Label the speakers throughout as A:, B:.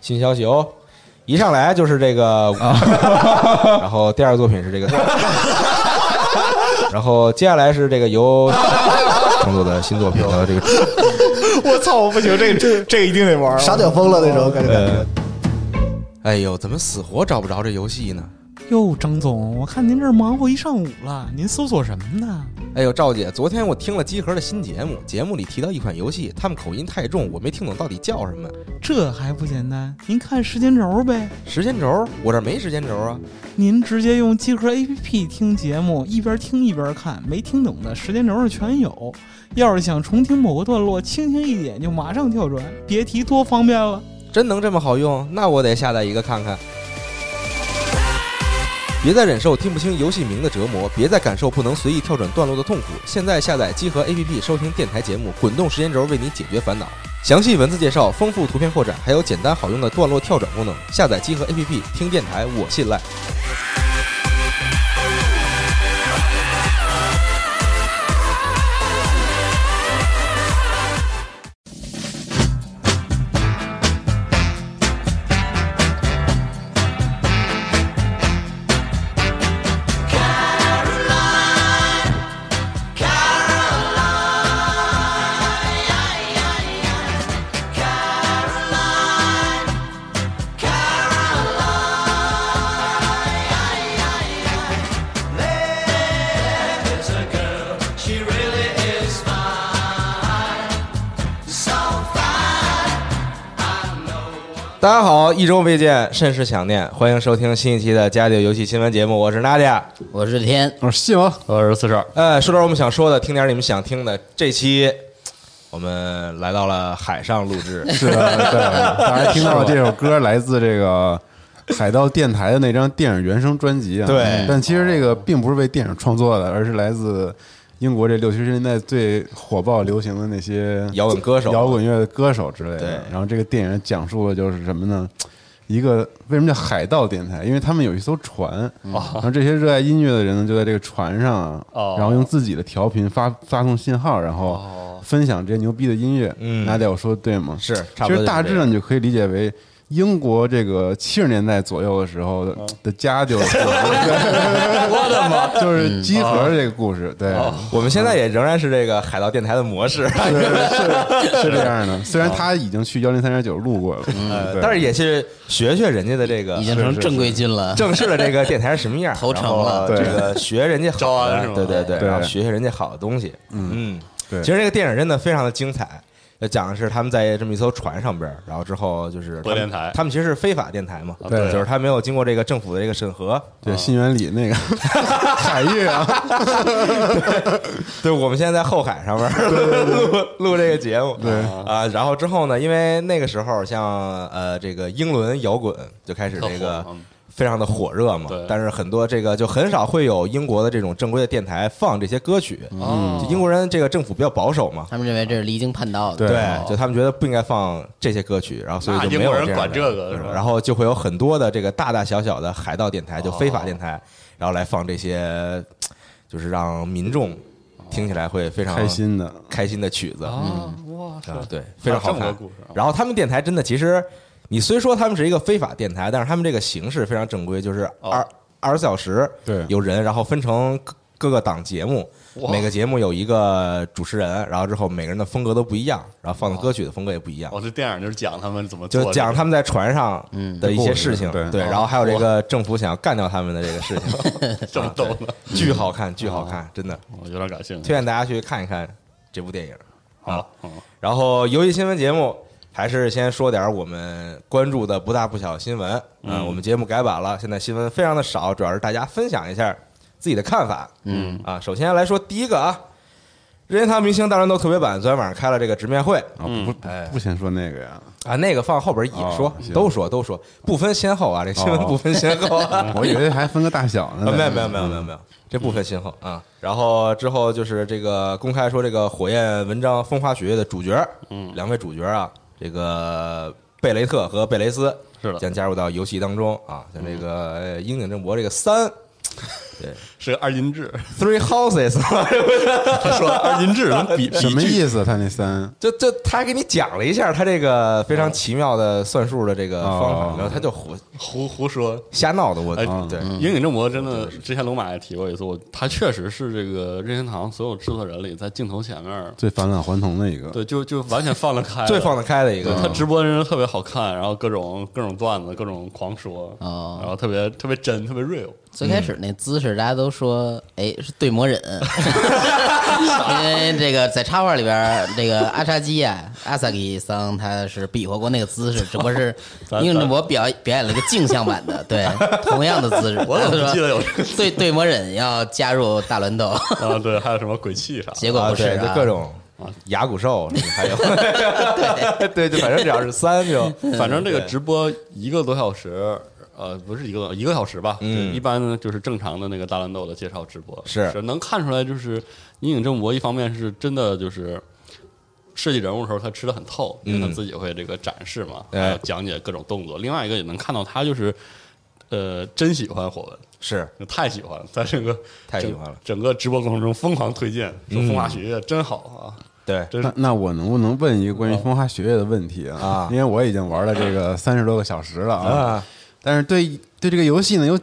A: 新消息哦。一上来就是这个， 然后第二个作品是这个， 然后接下来是这个由创作的新作品和这个
B: 我操！我不行， 这这这一定得玩儿。
C: 傻屌疯了那种感觉。
A: 呃，哎呦，怎么死活找不着这游戏呢？
D: 哟，张总，我看您这儿忙活一上午了，您搜索什么呢？
A: 哎呦，赵姐，昨天我听了机核的新节目，节目里提到一款游戏，他们口音太重，我没听懂到底叫什么。
D: 这还不简单？您看时间轴呗。
A: 时间轴，我这没时间轴啊。
D: 您直接用机核 APP 听节目，一边听一边看，没听懂的时间轴上全有。要是想重听某个段落，轻轻一点就马上跳转，别提多方便了。
A: 真能这么好用？那我得下载一个看看。别再忍受听不清游戏名的折磨，别再感受不能随意跳转段落的痛苦。现在下载机核 APP 收听电台节目，滚动时间轴为你解决烦恼。详细文字介绍、丰富图片扩展，还有简单好用的段落跳转功能。下载机核 APP 听电台，我信赖。大家好，一周未见，甚是想念。欢迎收听新一期的《家里有游戏新闻》节目，我是娜迪亚。
E: 我是天，
B: 我信吗？
E: 我是四十二，
A: 呃，说点我们想说的，听点你们想听的。这期我们来到了海上录制，
F: 是的，对。大家听到这首歌来自这个海盗电台的那张电影原声专辑啊。
A: 对
F: 但其实这个并不是为电影创作的，而是来自英国这六七十年代最火爆流行的那些
A: 摇滚歌手
F: 摇滚乐歌手之类
A: 对
F: 的。然后这个电影讲述的就是什么呢？一个为什么叫海盗电台？因为他们有一艘船，
A: 哦
F: 然后这些热爱音乐的人呢，就在这个船上啊，
E: 哦
F: 然后用自己的调频发发送信号，然后分享这些牛逼的音乐。
A: 哦嗯
F: 拿掉我说的对吗？
A: 是差不多
F: 其
A: 就是
F: 实大
A: 这
F: 致
A: 样
F: 上你就可以理解为英国这个七十年代左右的时候
A: 哦
F: 的的家就是 我的妈，就是集
A: 嗯哦
F: 合这个故事，对，
A: 我们现在也仍然是这个海盗电台的模式，
F: 是是这样的。虽然他已经去幺零三点九录过了，嗯对
A: 但是也是学学人家的这个
E: 已经成正规军 了。
A: 正式的这个电台是什么样，
E: 投诚
A: 然后
E: 了
A: 这
F: 对
A: 个学人家
B: 招
A: 好
B: 安是
A: 的，
B: 吗
A: 对对对，
F: 对
A: 然后学学人家好的东西。嗯，
F: 对
A: 其实这个电影真的非常的精彩。呃讲的是他们在这么一艘船上边儿，然后之后就是他
B: 播
A: 们
B: 电台
A: 他们其实是非法电台嘛，
F: 对
A: 就是他没有经过这个政府的这个审核，
F: 对新源里 那个海域啊，
A: 对，我们现在在后海上面儿 录录这个节目，
F: 对
A: 啊，然后之后呢，因为那个时候像呃这个英伦摇滚就开始这个
B: 特火嗯
A: 非常的火热嘛
B: 对，
A: 但是很多这个就很少会有英国的这种正规的电台放这些歌曲，
B: 嗯
A: 就英国人这个政府比较保守嘛。
E: 他们认为这是离经叛道的，
F: 对
A: 对，就他们觉得不应该放这些歌曲，然后所以
B: 那
A: 就没
B: 英
A: 有
B: 国人
A: 这样
B: 管
A: 的
B: 这个是吧哦
A: 然后就会有很多的这个大大小小的海盗电台，就非法电台，然后来放这些，就是让民众听起来会非常
F: 开心的。
A: 开心的曲子，
F: 哦
B: 啊，哇
A: 啊，
B: 塞！
A: 对，非常好
B: 这么
A: 看
B: 个故事啊。
A: 然后他们电台真的，其实你虽说他们是一个非法电台，但是他们这个形式非常正规，就是
B: 哦
A: 二二十四小时，
F: 对
A: 有人，然后分成各各个档节目，
B: 哇
A: 每个节目有一个主持人，然后之后每个人的风格都不一样，然后放的歌曲的风格也不一样。
B: 我这电影就是讲他们怎哦么做
A: 就
B: 这
A: 讲
B: 个
A: 他们在船上的一些事情，
F: 嗯对
A: 对，然后还有这个政府想要干掉他们的这个事情， 嗯
B: 这么逗呢，
A: 巨好看，巨好
F: 哦
A: 看，真的
B: 我有点感兴趣。
A: 推荐大家去看一看这部电影。
B: 好，嗯
A: 然后游戏新闻节目还是先说点我们关注的不大不小的新闻。嗯、我们节目改版了，现在新闻非常的少，主要是大家分享一下自己的看法。嗯啊，首先来说第一个啊，任天堂明星大乱斗特别版昨天晚上开了这个直面会
F: 啊，不不不先说那个呀，
A: 啊，那个放后边也说
F: 哦，行
A: 都说都说，不分先后啊，这新闻
F: 哦
A: 不分先后、啊。
F: 我以为还分个大小呢
B: 嗯
A: 啊，。没有没有没有没有没有，这部分信号啊。然后之后就是这个公开说这个《火焰文章风花雪月》的主角，嗯，两位主角啊，这个贝雷特和贝雷斯
B: 是的嗯
A: 哎将加入到游戏当中啊。像这个呃《樱井正博》这个三，对
B: 是个二进制，
A: ，Three Houses，
B: 他说二进 制能比
F: 什么
B: 比
F: 意思？他那三
A: 就就他给你讲了一下他这个非
B: 嗯
A: 常奇妙的算术的这个方法
F: 哦，
A: 然后他就胡
B: 胡胡说。
A: 瞎闹的，我
B: 哎
A: 对
B: 引领振博真的，之前龙马也提过一次，我他确实是这个任天堂所有制作人里，在镜头前面，
F: 最返老还童的一个，
B: 对，就就完全放得开了，
A: 最放得开的一
B: 对
A: 个嗯
B: 他直播的人特别好看，然后各种各种段子，各种狂说，
E: 哦
A: 啊
B: 然后特别特别真，特 别 real。
E: 最开始
B: 嗯
E: 那姿势，大家都说，哎，是对魔忍， 因为这个在插画里边儿，这个阿沙基啊，阿萨基桑他是比划过那个姿势，只不过是
B: 咱
E: 因为我表表演了个镜像版的，对，同样的姿势。
B: 我怎么
E: 他
B: 不
E: 说
B: 记得有
E: 对对魔忍要加入大 乱斗，
B: 啊？对，还有什么鬼泣啥的？
E: 结果
A: 啊，
E: 不是、
A: 对，就
E: 啊、
A: 各种牙骨兽，还有 对，就反正只要是三就
B: 反正这个直播一个多小时，呃，不是一个多一个小时吧，
A: 嗯
B: 就一般就是正常的那个大乱斗的介绍直播，
A: 是
B: 能看出来，就是阴影正博一方面是真的就是。设计人物的时候，他吃的很透，因为他
A: 嗯
B: 自己会这个展示嘛，
A: 哎
B: 还有讲解各种动作。另外一个也能看到他就是，呃，真喜欢火纹，
A: 是
B: 太喜欢了，在这个
A: 太喜欢了嗯
B: 整整个直播过程中疯狂推荐，说风化学院真好啊，
A: 对，
B: 真是
F: 那那我能不能问一个关于风花雪月的问题啊
A: 啊
F: 因为我已经玩了这个三十多个小时了啊，
A: 啊，
F: 但是对对这个游戏呢，有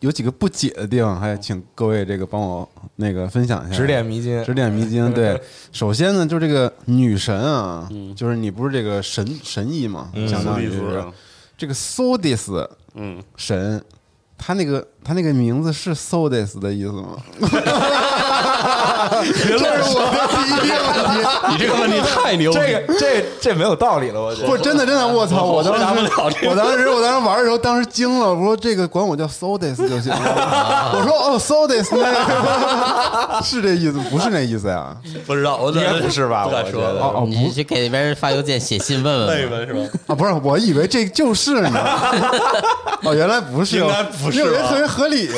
F: 有几个不解的地方，还请各位这个帮我那个分享一下，
A: 指点迷津，
F: 指点迷津。对，首先呢，就这个女神啊，就是你不是这个神神医嘛，相当于
B: 苏迪
F: 是
B: 斯
F: 这个 Sodis
B: 嗯，
F: 神，他那个他那个名字是 Sodis 的意思 吗？
B: 别乱说，你这个问题太牛逼，
A: 这个这这没有道理了，我觉
F: 不
A: 得
F: 是真的，真的，我操！
B: 我
F: 我当
B: 回答不了
F: 时，
B: 这个
F: 我当时，我当时玩的时候，当时惊了，我说这个管我叫 Sodis 就行 了。我说哦，Sodis 是这意思，不是那意思呀？
B: 不知道，我
A: 应该不是吧
B: 不敢
A: 我觉
B: 说
A: 得
F: 哦哦，
E: 你
F: 不
E: 去给那边发邮件写信问
B: 问一
E: 问吧。
B: 问是吧？
F: 啊，不是，我以为这就是 呢。哦，原来不是，
B: 应该不是
F: 因为我觉得
B: 吧
F: 特别合理。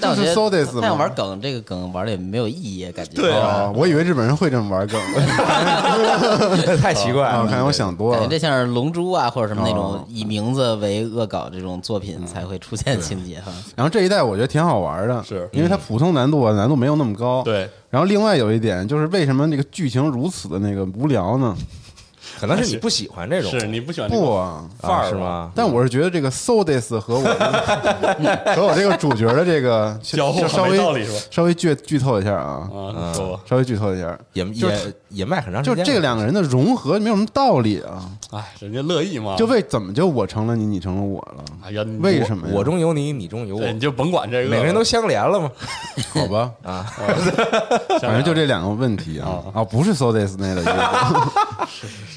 E: 但我觉
F: 这是 Sodis
E: 得
F: 吗
E: 他想玩梗，这个梗玩的也没有意义，感觉。
B: 对啊
F: 哦，我以为日本人会这么玩梗。
A: 太奇怪
F: 啊，
A: 了
F: 看。来我想多
E: 感觉
F: 了
E: 这。像是《龙珠》啊，或者什么那
F: 哦
E: 种以名字为恶搞这种作
A: 嗯
E: 品才会出现情节哈。
F: 然后这一代我觉得挺好玩的，
B: 是
F: 因为它普通难度啊，难度没有那么高。。
B: 对，
F: 然后另外有一点就是，为什么那个剧情如此的那个无聊呢？
A: 可能是你不喜欢这种
B: 是你不喜欢这个
F: 不啊，
B: 范
A: 啊
B: 儿
A: 是
B: 吧
A: 吗？
F: 但我是觉得这个 Sodis 和 我的和我这个主角的这个
B: 交互
F: 稍
B: 很没
F: 微
B: 道理是吧？
F: 稍微剧剧透一下啊，
B: 啊，你说吧，
F: 稍微剧透一
E: 啊
F: 下，
A: 也
F: 就
A: 也也卖很长时
F: 就
A: 间了，
F: 这两个人的融合没有什么道理啊，
B: 哎，人家乐意嘛，
F: 就为怎么就我成了你，你成了我 了？
B: 哎呀，你哎
F: 为什么呀
A: 我中有你，你中有我，
B: 对，你就甭管这个了，
A: 每个人都相连了嘛。
F: 好吧，
B: 反
F: 反正就这两个问题啊啊，不是 Sodis 那个 意
B: 啊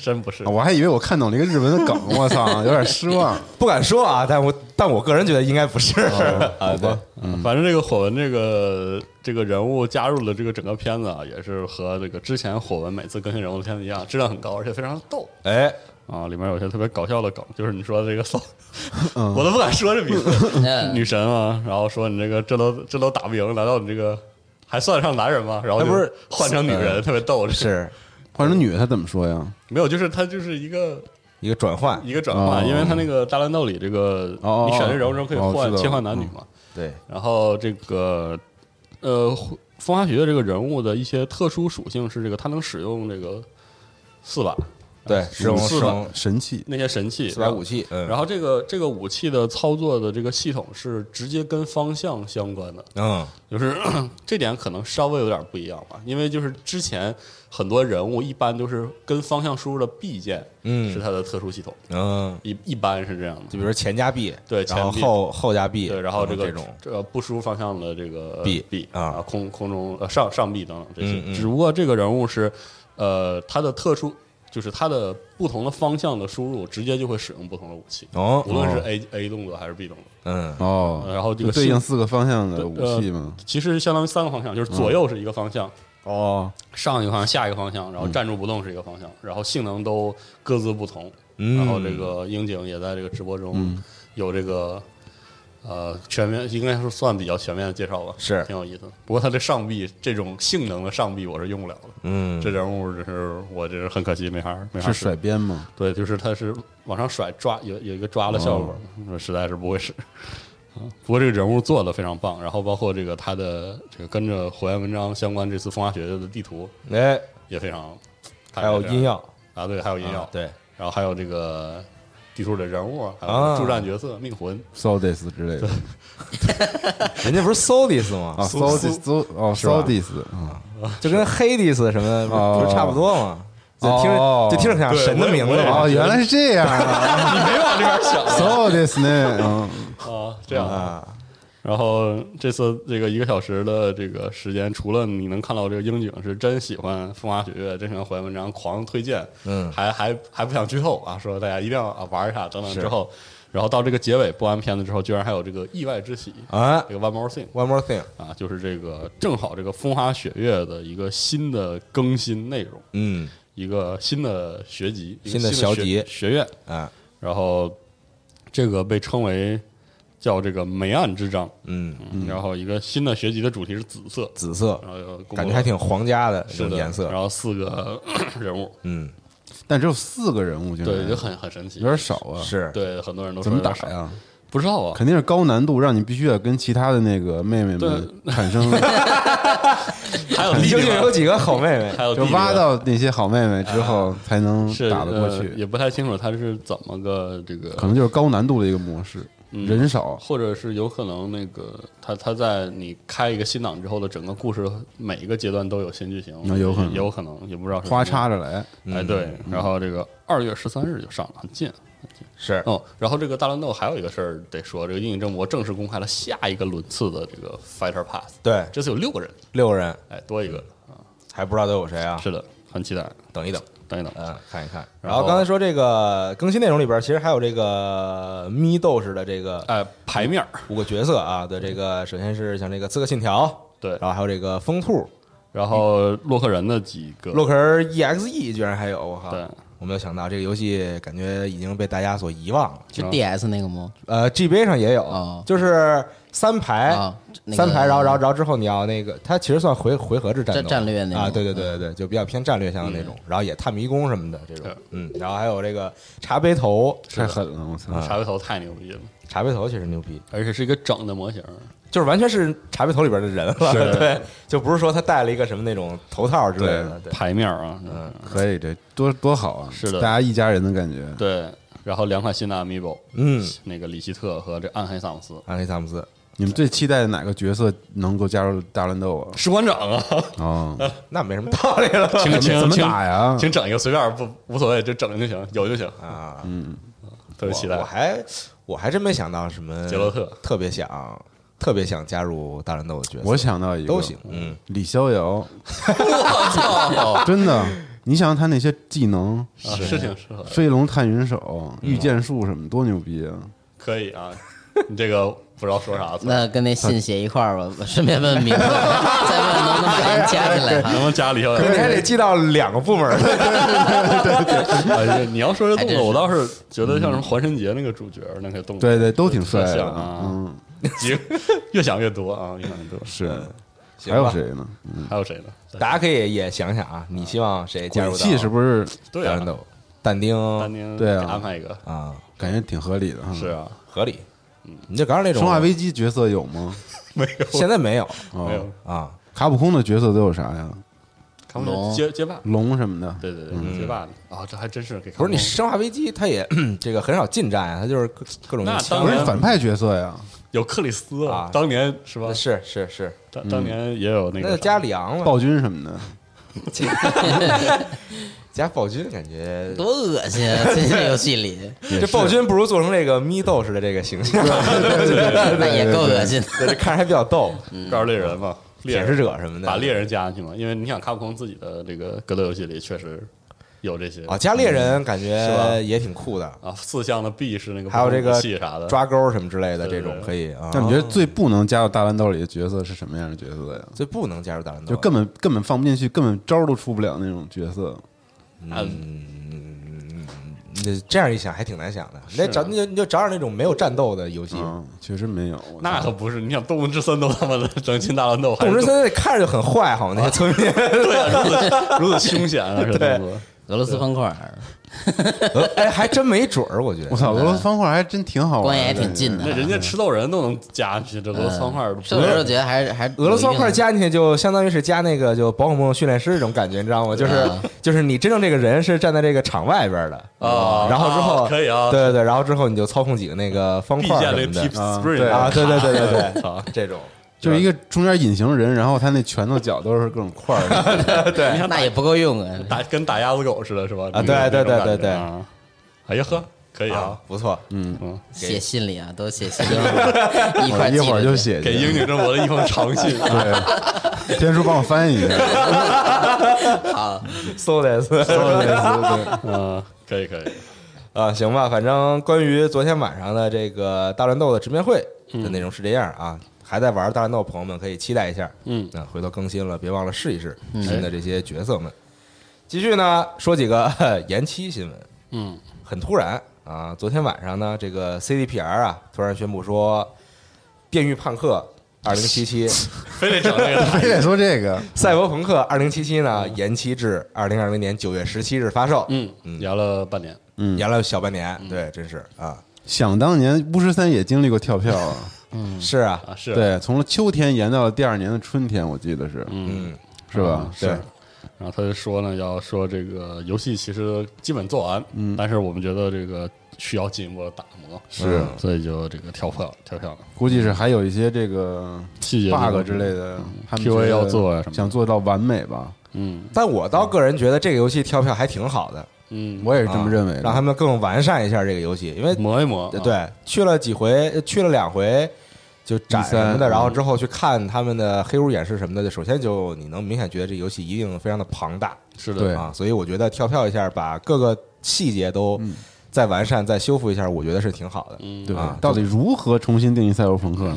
B: 真不是
F: 思，，我还以为我看懂了一个日文的梗，我操，有点 失望。
A: 不敢说啊，但我但我个人觉得应该不是。
B: 哦 好吧，反正这个火纹这个这个人物加入了这个整个片子啊，也是和这个之前火纹每次更新人物的片子一样，质量很高，而且非常逗
A: 哎，
B: 啊。里面有些特别搞笑的梗，就是你说的这个 骚，我都不敢说这名字，
E: 嗯
F: 呃
B: 女神啊，然后说你这个这都这都打不赢，难道你这个还算得上男人吗？然后
A: 那
B: 就
A: 不是
B: 换成女
F: 呃
B: 人，特别逗，这
A: 是
F: 换成女的她怎么说呀？
B: 没有，就是他就是一个
A: 一个转换，
B: 一个转换，
F: 哦
B: 因为他那个大乱斗里这个
F: 哦哦
B: 你选这人物之后可以
F: 哦知
B: 换
F: 道了嗯
B: 切换男女嘛，
A: 对，
B: 然后这个呃，风花雪月这个人物的一些特殊属性是这个，他能使用这个四把
A: 对，
B: 啊
A: 是用
F: 是
A: 是
F: 吧
A: 用？
F: 神器
B: 那些神器，
A: 四把武。器，嗯，
B: 然后这个这个武器的操作的这个系统是直接跟方向相关的，
A: 嗯，
B: 就是 这点可能稍微有点不一样吧，因为就是之前很多人物一般都是跟方向输入的 B 键，
A: 嗯
B: 是它的特殊系统，
A: 嗯，
B: 一一般是这样的。
A: 就比如前加币，
B: 对
A: 然后
B: 前臂
A: 后后加币，
B: 对，然后
A: 这
B: 这个
A: 种
B: 这个呃不输方向的这个
A: B，
B: B
A: 啊
B: 啊，空空中呃上上 B 等等这些
A: 嗯，嗯
B: 只不过这个人物是呃他的特殊就是他的不同的方向的输入，直接就会使用不同的武器，
A: 哦，
B: 无论是 A A 动作还是 B 动作，
A: 嗯
F: 哦，
B: 然后这
F: 就
B: 个
F: 对
B: 性
F: 应四个方向的武器嘛。
B: 其实相当于三个方向，就是左右是一个方
A: 嗯
B: 向，
F: 哦，
B: 上一个方向下一个方向，然后站住不动是一个方向，然后性能都各自不同，
A: 嗯
B: 然后这个樱井也在这个直播中有这个。呃，全面应该是算比较全面的介绍吧，
A: 是
B: 挺有意思的。不过他这上臂这种性能的上臂我是用不了的，
A: 嗯
B: 这人物真是我真是很可惜，没法没法
F: 是
B: 使
F: 甩。鞭
A: 哦
F: 吗？
B: 对，就是他是往上甩抓，有有一个抓的效果，实在是不会使。 嗯不过这个人物做的非常棒，然后包括这个他的这个跟着火焰文章相关这次风花雪月的地图
A: 哎，
B: 也非常，
A: 还有音药，
B: 啊，对，还有音药，
A: 啊对，
B: 然后还有这个地图里的人物，还
A: 啊
B: 有助战角色命魂，
F: Sodis 之类的
A: 人家不是 Sodis 吗？
F: 啊，Sodis 哦
B: 是吧
F: ，Sodis 啊，
A: 就跟 Hades 什么
F: 哦
A: 不是差不多吗？就听
F: 哦
A: 着就听着像
B: 对
A: 神的名字
B: 我也
A: 嘛
F: 哦，原来是这样啊
B: 你 没往这边想
F: ，Sodis 呢，嗯，
B: 啊，这样
A: 啊，
B: 然后这次这个一个小时的这个时间，除了你能看到这个樱井是真喜欢风花雪月，真喜欢火焰文章，狂推荐，
A: 嗯
B: 还还还不想剧透啊，说大家一定要啊玩一下等等之
A: 嗯
B: 后，然后到这个结尾播完片子之后，居然还有这个意外之喜
A: 啊
B: 这个 One More Thing
A: ，One more thing，
B: 啊，就是这个正好这个风花雪月的一个新的更新内容，
A: 嗯
B: 一个新的学籍，一个
A: 新的
B: 学
A: 小级
B: 学院，
A: 啊
B: 然后这个被称为叫这个梅暗之章。
A: 嗯，
B: 然后一个新的学籍的主题是紫色，
A: 紫色，
B: 然后有公布
A: 感觉还挺皇家啊的这
B: 是
A: 种
B: 的
A: 颜色
B: 然，后四个人物，
A: 嗯，
F: 但只有四个人物，竟
B: 对，
F: 然
B: 就很很神奇，
F: 有点少啊，
A: 是，
B: 对，很多人都
F: 怎
B: 说有
F: 么打
B: 点少？
F: 呀？
B: 不知道啊，
F: 肯定是高难度，让你必须得跟其他的那个妹妹们产 生，
B: 还有
A: 你
B: 弟
A: 究
B: 弟
A: 竟
B: 们
A: 有几个好妹妹？
B: 还有弟
F: 就
B: 弟们
F: 挖到那些好妹妹之后才能
B: 啊是
F: 打得过
B: 呃
F: 去，
B: 也不太清楚他是怎么个这个，
F: 可能就是高难度的一个模式，
B: 嗯
F: 人少，
B: 或者是有可能那个他他在你开一个新档之后的整个故事每一个阶段都有新剧情，
F: 那啊有可能
B: 有可能也不知道是什么
F: 花插嗯着来，
B: 哎对，然后这个二月十三日就上了，很近。
A: 是
B: 哦，然后这个大乱斗还有一个事儿得说，这个《阴影正魔》正式公开了下一个轮次的这个 Fighter Pass，
A: 对，
B: 这次有六个人，
A: 六个人
B: 哎，多一个，
F: 嗯
A: 还不知道都有谁啊？
B: 是的，很期待，
A: 等一等，
B: 等一等，
A: 嗯，
E: 啊
A: 看一看。
B: 然
A: 然后
B: 后
A: 刚才说这个更新内容里边，其实还有这个咪斗士的这个
B: 哎，牌面儿，
A: 五个角色啊的这个，首先是像这个《刺客信条》，
B: 对
A: 然，后还有这个疯兔、
B: 然后洛克人的几个，
A: 洛克人 EXE E 居然还有，我靠！
B: 对，
F: 啊
A: 我没有想到这个游戏感觉已经被大家所遗忘了。
E: 是
B: 啊
E: DS 那个吗？
A: 呃，GBA 上也有，
E: 哦
A: 就是三排、
E: 啊，那个
A: 哎三排，然后然后然后之后你要那个，它其实算回回合制战斗
E: 战战略那种嗯
A: 啊，对对对对对，就比较偏战略向的那种，然后也探迷宫什么的这种
B: 是，
A: 嗯，然后还有这个茶杯头，
F: 太狠了，我操！
B: 茶杯头太牛逼了，
A: 茶杯头其实牛逼，
B: 而且是一个整的模型，
F: 啊
A: 就是完全是茶杯头里边的人了，
B: 是
A: 对，就不是说他戴了一个什么那种头套之类的，对，
B: 牌面儿啊，嗯，
F: 可以，这多多好啊！
B: 是的
F: 大家一家人的感觉。
B: 对，然后两款新的 Amiibo，
A: 嗯，
B: 那个里希特和这暗黑萨姆斯。
A: 安利萨姆斯，
F: 你们最期待哪个角色能够加入大乱斗啊？
B: 士官长啊，
F: 哦，
A: 那没什么道理 了吧
B: 请请
F: 怎么
B: 请
F: 打呀
B: 请整一个随便不无所谓，就整就行，有就行，嗯
A: 啊，
B: 特别期
A: 我
B: 待啊
A: 我。还我还真没想到什么
B: 杰洛特
A: 特别想特别想加入大乱斗的角色，
F: 我想到一个
A: 都行，嗯，
F: 李 逍遥，我操，真的，你想想他那些技能，
B: 啊是挺适合的，
F: 飞龙探云手、
B: 嗯
F: 御剑术什么，多牛逼啊！
B: 可以啊，你这个不知道说啥，
E: 那跟那信写一块儿吧，我顺便问名字，再问能不能把人加进来
B: 能不
E: 哈。
B: 能加李逍遥？
A: 你还得寄到两个部门儿，
B: 哎你要说这动
E: 还真是
B: 作，我倒是觉得像什么环神节那个主角那个动作，
F: 对对，都挺帅
B: 特
F: 的
B: 像，啊
F: 嗯，
B: 几个越想越多啊，越想越多。
F: 是。
A: 行
F: 还有
A: 吧
F: 谁呢？
B: 还有谁呢？
A: 大家可以也想想啊，你希望谁加
F: 鬼
A: 入到
F: 泣是不是
B: 对
A: 大
B: 啊
A: 乱，斗？但丁
B: 丹宁
F: 对啊嗯
B: 安排一个
A: 啊，
F: 感觉挺合理的哈？
B: 是啊，
A: 合理。你就刚刚那
F: 《
A: 种
F: 嗯生化危机》角色有吗？
B: 没
A: 现在没有
F: 哦
B: 有没有，
A: 啊，
F: 卡普空的角色都有啥呀？
B: 他们
E: 龙
B: 是街街霸，
F: 龙什么的，
B: 对对对，街霸啊，这还真是给
A: 不是你《
B: 看
A: 生化危机》它也 这个很少近战啊，它就是各各种
B: 那
A: 用枪
F: 不
B: 当
F: 是
B: 然
F: 反派角色呀？
B: 过有克里斯
A: 啊
B: 当年是吧？
A: 是是是，
B: 当当年也有那
A: 那
B: 个
A: 就加里昂了，
F: 暴君什么的，
A: 加暴君感觉
E: 多恶心啊！在这游戏 里，
A: 这暴君不如做成这个咪斗士的这个形象，
E: 那也够恶心的。
A: 对，这看着还比较逗，
B: 高尔猎人嘛，嗯猎
A: 舔
B: 人
A: 食者什么的，
B: 把猎人加进去嘛，因为你想卡普空自己的这个格斗游戏里确实有这些
A: 啊，加猎人感
B: 是吧
A: 觉也挺酷的，
B: 啊，四项的 B 是那个
A: 还有这
B: 武
A: 个
B: 器啥的，
A: 抓钩什么之类的这
B: 对对
A: 种
B: 对
A: 可以啊。
F: 但你觉得最不能加入大乱斗里的角色是什么样的角色
B: 啊
F: 呀？
A: 最不能加入大乱斗，
F: 就根本根本放不进去，根本招儿都出不了那种角色。
B: 嗯，
A: 你嗯这样一想还挺难想的，你
B: 啊
A: 得找你就你就找点那种没有战斗的游戏。
F: 嗯，确实没有。我
B: 那可不是，你想动物之森都他妈的整进大乱斗，还
A: 动
B: 是啊
A: 之森看着就很坏，好像那些村民
B: 对啊，如此如此凶险啊，这
A: 对
B: 动作
E: 俄罗斯方块儿，
A: 呃哎，还真没准儿，我觉得。
F: 我操，俄罗斯方块还真挺好
E: 关
F: 玩
E: 系
F: 的，
E: 也挺近
B: 那
E: 的。
B: 人家吃豆人都能加进去，这俄
A: 嗯
B: 罗斯方块儿都不啊
E: 这我
B: 是
E: 就觉得还是还是
A: 俄罗斯方块
E: 有一定
A: 加进去就相当于是加那个就宝可梦训练师这种感觉，你知道吗？就是
E: 嗯
A: 就是你真正这个人是站在这个场外边的
B: 啊
A: 然后之后
B: 啊可以啊
A: 对对对，然后之后你就操控几个那个方
B: 必
A: 块
B: 见
A: 什么
B: 那 Peep
A: 的
F: 啊
B: Spring
F: 对
A: 啊，对对对对对，
B: 操！
A: 这种
F: 就是一个中间隐形人，然后他那拳头脚都是各种块儿，
E: 的那也不够用啊。
B: 打跟打鸭子狗似的，是吧？
A: 啊
B: 这种
A: 对对对
B: 这种
A: 对
B: 感觉
A: 对
B: 啊哎呀呵，可以啊，
A: 不错，
B: 嗯，
E: 写信里啊，都写 信，一
F: 我
E: 块儿
F: 一
E: 寄
F: 会儿
E: 出
F: 就
E: 去。
F: 写去
B: 给英女正国的一封长信，啊
F: 对， 天叔帮我翻译一下，
A: 搜的
F: 对
B: 嗯，可以可以，
A: 啊，行吧，反正关于昨天晚上的这个大乱斗的直面会
B: 嗯
A: 的内容是这样啊，还在玩大乱斗的朋友们可以期待一下，
B: 嗯，哎
A: 那回头更新了，别忘了试一试新的这些角色们。继续呢，说几个 延期新闻，
B: 嗯，
A: 很突然啊，昨天晚上呢，这个 CDPR 啊突然宣布说，《电狱判客》二零七 七，《
B: 非得整这个
F: 非得说这个，
A: 赛博朋克二零七七》呢延期至二零二零年九月十七日发售，
B: 嗯，聊了半年，
F: 嗯，
A: 延了小半年，对，真是啊，
F: 想当年巫师三也经历过跳票啊，
A: 是啊，
B: 啊，是，
F: 对，从秋天延到了第二年的春天，我记得是，
B: 嗯，
A: 嗯，
F: 是吧？
A: 对
F: 是，
B: 然后他就说呢，要说这个游戏其实基本做完，嗯，但是我们觉得这个需要进一步的打磨，
F: 是
B: 嗯所以就这个跳票跳票了，
F: 估计是还有一些这个
B: 细节
F: bug 之类，的，他们
B: POA
F: 觉得
B: 要做啊什么的
F: 想做到完美吧，
B: 嗯
A: 但我倒个人觉得这个游戏跳票还挺好的，
B: 嗯，
F: 我也是这么认为
A: 啊
F: 的。嗯
A: 让他们更完善一下这个游戏，因为
B: 磨一磨，啊，
A: 对去了几回，去了两回。就展什么的，
F: 13
A: 然后之后去看他们的黑屋演示什么的，就首先就你能明显觉得这游戏一定非常的庞大
B: 是的，
F: 对
A: 啊，所以我觉得跳票一下，把各个细节都
F: 嗯
A: 再完善、再修复一下，我觉得是挺好的。
B: 嗯，
F: 对
A: 啊，
F: 到底如何重新定义赛博朋克呢？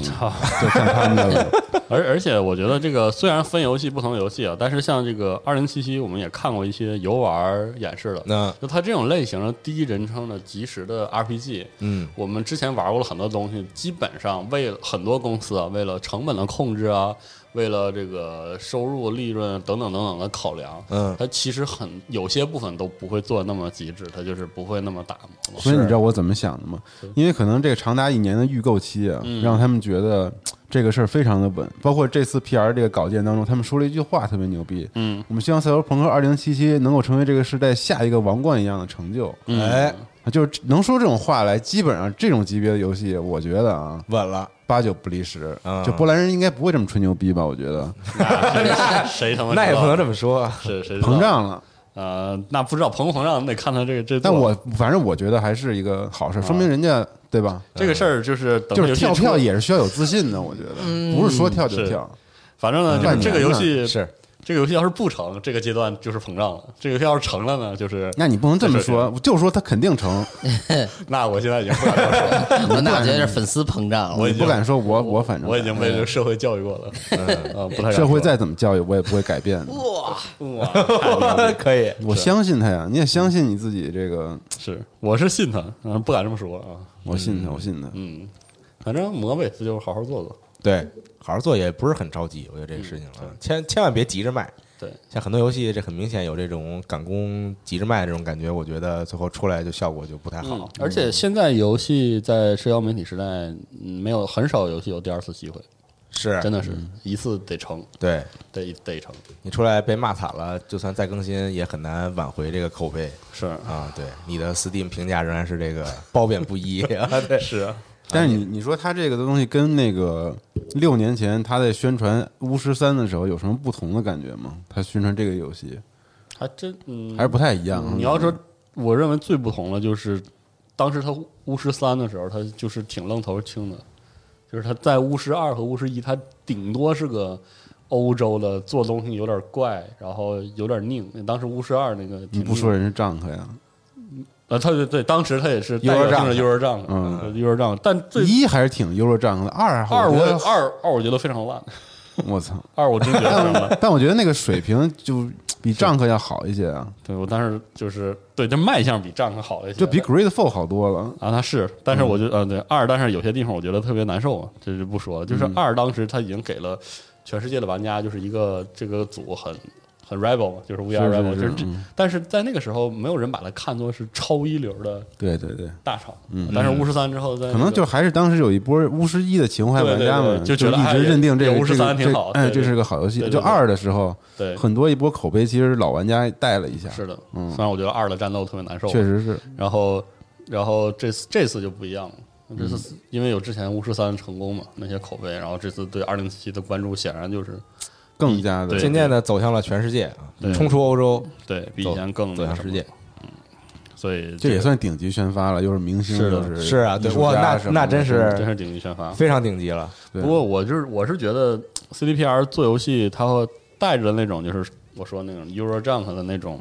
F: 就看他们的了。
B: 而而且我觉得这个虽然分游戏不同游戏啊，但是像这个二零七七，我们也看过一些游玩儿演示的。
A: 那
B: 就它这种类型的第一人称的即时的 RPG，
A: 嗯
B: 我们之前玩过了很多东西，基本上为了很多公司啊，为了成本的控制啊，为了这个收入、利润等等等等的考量，
A: 嗯
B: 它其实很有些部分都不会做那么极致，它就是不会那么打磨。
F: 所以你知道我怎么想的吗？因为可能这个长达一年的预购期啊，
B: 嗯
F: 让他们觉得嘖这个事儿非常的稳。包括这次 PR 这个稿件当中，他们说了一句话特别牛逼，
B: 嗯，
F: 我们希望《赛博朋克2077》能够成为这个时代下一个王冠一样的成就。啊
B: 嗯
A: 哎，
F: 就是能说这种话来，基本上这种级别的游戏，我觉得啊，
A: 稳了，
F: 八九不离十
B: 啊
A: 嗯。
F: 就波兰人应该不会这么吹牛逼吧？我觉得
B: 那谁谁他妈知道
A: 那也不能这么说。
B: 是谁知道
F: 啊膨胀了，
B: 呃，那不知道膨不膨胀，你得看他这个这作。
F: 但我反正我觉得还是一个好事，说明人家对吧？
B: 这个事儿就是等
F: 就
B: 游
F: 是
B: 戏
F: 跳
B: 出
F: 票，也是需要有自信的，我觉得不是说跳就是跳。
B: 反正呢，就是
F: 半年
B: 这个游戏
F: 嗯
A: 呢是
B: 这个游戏要是不成，这个阶段就是膨胀了；这个游戏要是成了呢，就是
F: 那你不能这么
B: 这事儿
F: 说，就说他肯定成，
B: 那我现在已经不敢这么说了，
E: 我那我觉得 是粉丝膨胀了
B: 我已
F: 你
B: 经
F: 不敢说我我反正
B: 我已经被这个社会教育过了，嗯，不太敢
F: 社会
B: 说
F: 再怎么教育，我也不会改变的。
B: 哇，太牛逼了
A: 可以，
F: 我相信他呀，你也相信你自己这个，
B: 是我是信他，嗯，不敢这么说啊，
F: 我信他，我信他。
B: 嗯，反正磨呗，这就是好好做做，
A: 对，好好做也不是很着急，我觉得这个事情啊，千千万别急着卖。
B: 嗯对，
A: 像很多游戏，这很明显有这种赶工急着卖这种感觉，我觉得最后出来就效果就不太好。
B: 嗯而且现在游戏在社交媒体时代，嗯没有很少游戏有第二次机会，
A: 是，
B: 真的是
F: 嗯
B: 一次得成，
A: 对
B: 得得成，
A: 你出来被骂惨了，就算再更新也很难挽回这个口碑
B: 是
A: 啊。对，你的 Steam 评价仍然是这个褒贬不一 啊。对，
B: 是啊，
F: 但是你你说他这个东西跟那个六年前他在宣传《巫师三》的时候有什么不同的感觉吗？他宣传这个游戏
B: 还真嗯
F: 还是不太一样啊。
B: 你要说，我认为最不同的就是，当时他巫师三的时候，他就是挺愣头青的，就是他在巫师二和巫师一，他顶多是个欧洲的做东西有点怪，然后有点拧。当时巫师二那个挺
F: 你嗯不说人是丈夫呀？
B: 啊，他对对，当时他也是
A: 幼儿
B: 代表性
A: 帐
B: 的幼儿账，
F: 嗯
B: 呃，幼儿账，但最
F: 一还是挺优柔丈夫的，二好
B: 二我
F: 觉得
B: 二二我觉得非常烂，
F: 我操！
B: 二我真觉得非常烂。
F: 但我觉得那个水平就比丈夫要好一些啊，
B: 对我当时就是对，这卖相比账还好一些，
F: 就比 Grateful 好多了。
B: 啊，他是，但是我
F: 嗯
B: 觉得，呃，对二，但是有些地方我觉得特别难受啊，这就
F: 嗯
B: 不说了。就是二当时他已经给了全世界的玩家就是一个这个组很很 rebel 嘛，就是乌鸦
F: 是是
B: rebel，
F: 是
B: 就是这
F: 嗯
B: 但是在那个时候，没有人把它看作是超一流的
F: 对对对，
B: 大厂。但是巫师三之后在那个，
F: 嗯可能就还是当时有一波巫师一的情怀玩家
B: 对对
F: 们，
B: 对就觉得
F: 一直认定这
B: 哎
F: 个
B: 有巫师三
F: 这个
B: 挺好
F: 这哎，
B: 对对
F: 这是个好游戏
B: 对。对
F: 就
B: 对
F: 二的时候，
B: 对，
F: 很多一波口碑其实老玩家带了一下，
B: 是的。
F: 嗯
B: 虽然我觉得二的战斗特别难受，
F: 确实是，
B: 然后，然后这次这次就不一样了。这次
F: 嗯
B: 因为有之前巫师三成功嘛，那些口碑，然后这次对二零七的关注显然就是
F: 更加的
B: 对
A: 渐渐的走向了全世界啊
B: 对，
A: 冲出欧洲，
B: 对比以前更
A: 走
B: 那
A: 向
B: 个什
A: 世
B: 么
A: 界。。
B: 所以
F: 这也
B: 个
F: 算顶级宣发了，又是明星，
B: 是的
F: 又是
A: 是啊对
F: 艺术家
A: 哇那
F: 什么的
A: 那真是
B: 真是顶级宣发。
A: 非常顶级了。
F: 对
B: 不过我就是我是觉得 CDPR 做游戏，它会带着那种就是我说那种 Eurojunk 的那种，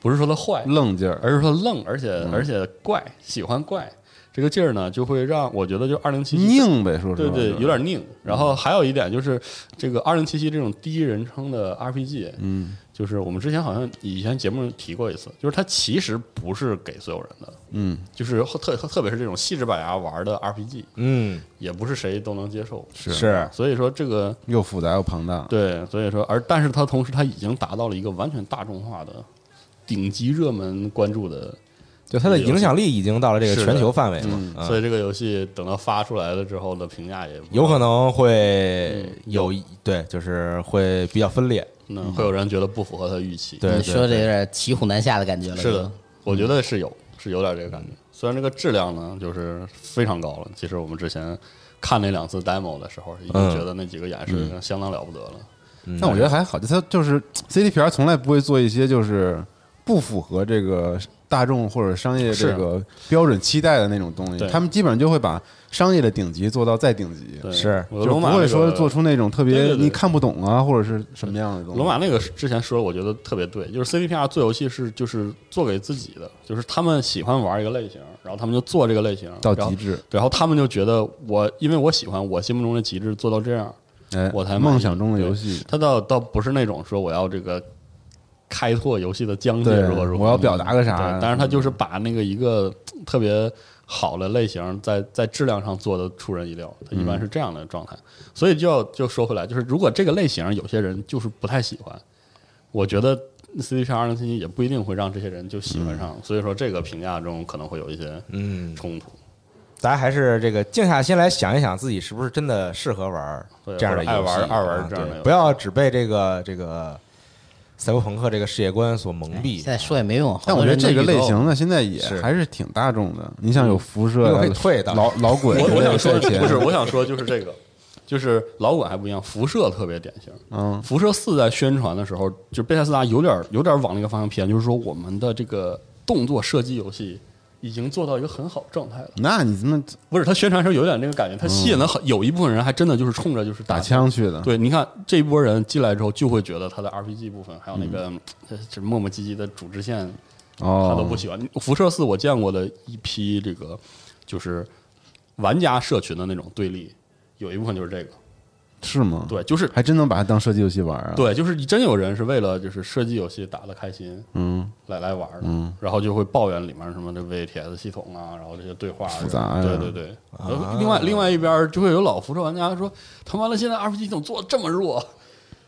B: 不是说它坏，
F: 愣劲儿，
B: 而是说愣，而且、
F: 嗯
B: 而且怪，喜欢怪这个劲儿呢，就会让我觉得就二零七七，
F: 拧呗，说实
B: 对
F: 话，
B: 对，
F: 就是
B: 有点拧。然后还有一点就是这个二零七七这种第一人称的 RPG，
F: 嗯
B: 就是我们之前好像以前节目提过一次，就是它其实不是给所有人的，
F: 嗯，
B: 就是特特别是这种细致板牙玩的 RPG，
A: 嗯，
B: 也不是谁都能接受。
F: 是
A: 是
B: 所以说这个
F: 又复杂又庞大，
B: 对，所以说，而但是它同时它已经达到了一个完全大众化的顶级热门关注的，
A: 就它的影响力已经到了这个
B: 是的
A: 全球范围了
F: 嗯，
A: 啊
B: 所以这个游戏等到发出来了之后的评价也不
A: 有可能会
B: 嗯
A: 有一对，就是会比较分裂。
B: 那会有人觉得不符合他预期。
A: 对
E: 你
A: 对
E: 说的有点骑虎难下的感觉了。
B: 是的，我觉得是有，是有点这个感觉。虽然这个质量呢，就是非常高了。其实我们之前看那两次 demo 的时候，已经
A: 嗯
B: 觉得那几个演示相当了不得了。嗯
F: 但我觉得还好，就它就是 CDPR 从来不会做一些就是不符合这个大众或者商业
B: 是啊
F: 这个标准期待的那种东西
B: 对，
F: 他们基本上就会把商业的顶级做到再顶级，
B: 对，
A: 是
B: 我觉得
F: 就是
B: 龙
F: 不
B: 马
F: 会
B: 这
F: 说
B: 个
F: 做出那种特
B: 对
F: 别
B: 对对
F: 你看不懂啊，或者是什么样的东西。
B: 龙马那个是之前说的，我觉得特别对，就是 CDPR 做游戏是就是做给自己的，就是他们喜欢玩一个类型，然后他们就做这个类型
F: 到
B: 然后
F: 极致，
B: 然后他们就觉得我因为我喜欢我心目中的极致做到这样，
F: 哎，
B: 我才满意
F: 梦想中的游戏，
B: 他倒倒不是那种说我要这个开拓游戏的疆界
F: 对，
B: 如何如何，
F: 我要表达个
B: 对
F: 啥？嗯
B: 但是他就是把那个一个呃特别好的类型在在质量上做的出人意料，他一
F: 嗯
B: 般是这样的状态。所以就要就说回来，就是如果这个类型有些人就是不太喜欢，我觉得 C D P 二零七七也不一定会让这些人就喜欢
F: 嗯
B: 上，所以说这个评价中可能会有一些
A: 嗯，
B: 冲突，
A: 大家还是这个静下心来想一想，自己是不是真的适合玩
B: 对
A: 这样的游戏，
B: 或者爱
A: 啊
B: 玩爱玩这样
A: 对
B: 的游戏
A: 不要只被这个这个赛博朋克这个世界观所蒙
E: 哎
A: 蔽
E: 现。在说也没用。
F: 但我觉得这个类型呢，现在也
A: 是
F: 还是挺大众的。你像
B: 嗯
F: 有辐射
A: 又
F: 啊
A: 可以退的
F: 老老鬼，
B: 我我想说，
F: 对
B: 不是，我想说就是这个，就是老滚还不一样，辐射特别典型。
F: 嗯，
B: 辐射四在宣传的时候，就贝塞斯达有点有点往那个方向偏，就是说我们的这个动作射击游戏已经做到一个很好状态了。
F: 那你怎么
B: 不是，他宣传时候有点那个感觉，他吸引了很有一部分人，还真的就是冲着就是
F: 嗯打。枪去的？
B: 对，你看这一波人进来之后，就会觉得他的 RPG 部分，还有那个呃这磨磨唧唧的主支线
F: 哦，
B: 他都不喜欢。辐射四我见过的一批这个就是玩家社群的那种对立，有一部分就是这个，
F: 是吗？，
B: 对，就是
F: 还真能把它当射击游戏玩啊？，
B: 对，就是真有人是为了就是射击游戏打的开心
F: 嗯，
B: 来来玩的，然后就会抱怨里面什么这 VTS 系统啊，然后这些对话
F: 复杂呀啊
B: 对对对。然后另外另外一边儿就会有老辐射玩家说，他妈的现在 RPG 系统做得这么弱，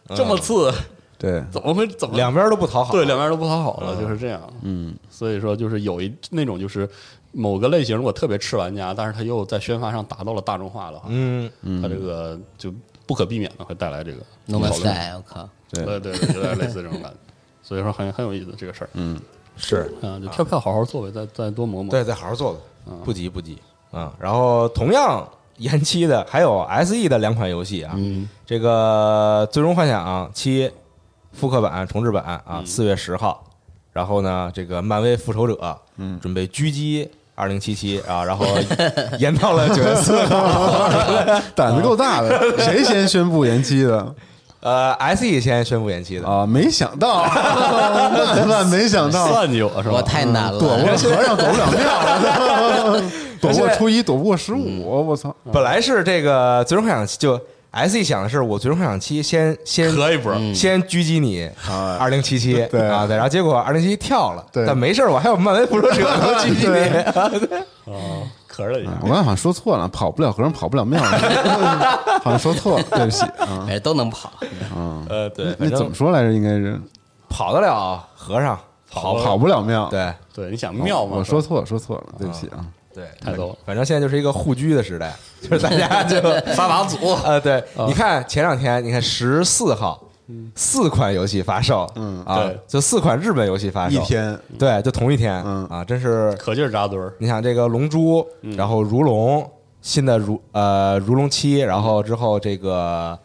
F: 嗯
B: 这么次，
F: 对，
B: 怎么会怎么
A: 两边都不讨好，
B: 对，两边都不讨好了，就是这样。
F: 嗯，
B: 所以说，就是有一那种就是某个类型，如果特别吃玩家，但是他又在宣发上达到了大众化的话，
A: 嗯，
B: 他这个就不可避免的会带来这个
E: ，No Man's
B: 讨论
E: Sky，我靠，
F: 对，
B: 对对对，有点类似这种 感觉。所以说很很有意思这个事儿，
F: 嗯，
A: 是
B: 嗯，就跳票好好做呗，再再多磨磨。
A: 对，再好好做做，不急不急啊。然后同样延期的还有 S E 的两款游戏啊，
B: 嗯，
A: 这个《最终幻想七》复刻版、重制版啊，四月十号。然后呢，这个漫威复仇者，嗯，准备狙击二零七七啊，然后延到了九月四号。
F: 胆子够大的，谁先宣布延期的
A: 呃，S E 先宣布延期的，
F: 啊？没想到，万万没想到，
B: 算计我是
E: 我
B: 吧？
E: 太难
F: 嗯躲不
E: 了。
F: 了 和尚走不了庙了，躲过初一，躲不过十五，我操！
A: 本来是这个《最终幻想七》就 S E 想的是我《最终幻想七》先先
B: 磕一波，
A: 先狙击你二零七七
F: 对
A: 啊，对，然后结果二零七七跳了，
F: 对
A: 但没事儿，我还有漫威复仇者能狙击你，
B: 哦，磕了一
F: 哎
B: 下
F: 我。刚才好像说错了，跑不了和尚跑不了庙，好像说错了，对不起啊
E: 哎反正都能跑，
F: 啊！
A: 呃，对，反
F: 那怎
A: 正
F: 么说来着？应该是
A: 跑得了和尚，
B: 跑
A: 不
B: 不
A: 了
F: 跑不了庙。
A: 对
B: 对，你想庙嘛？
F: 我说错了，说错了，对不起啊。
A: 对，
B: 太逗了，
A: 反正现在就是一个互居的时代， 就是大家就
E: 发马祖
A: 啊，对，你看前两天，你看十四号，四款游戏发售，
F: 嗯
A: 啊
B: 对，
A: 就四款日本游戏发售，
F: 一，天
A: 对，就同一天，
F: 嗯
A: 啊，真是，
B: 可劲儿扎堆儿，
A: 你想这个龙珠，
B: 嗯
A: 然后如龙，新的如呃如龙七，然后之后这个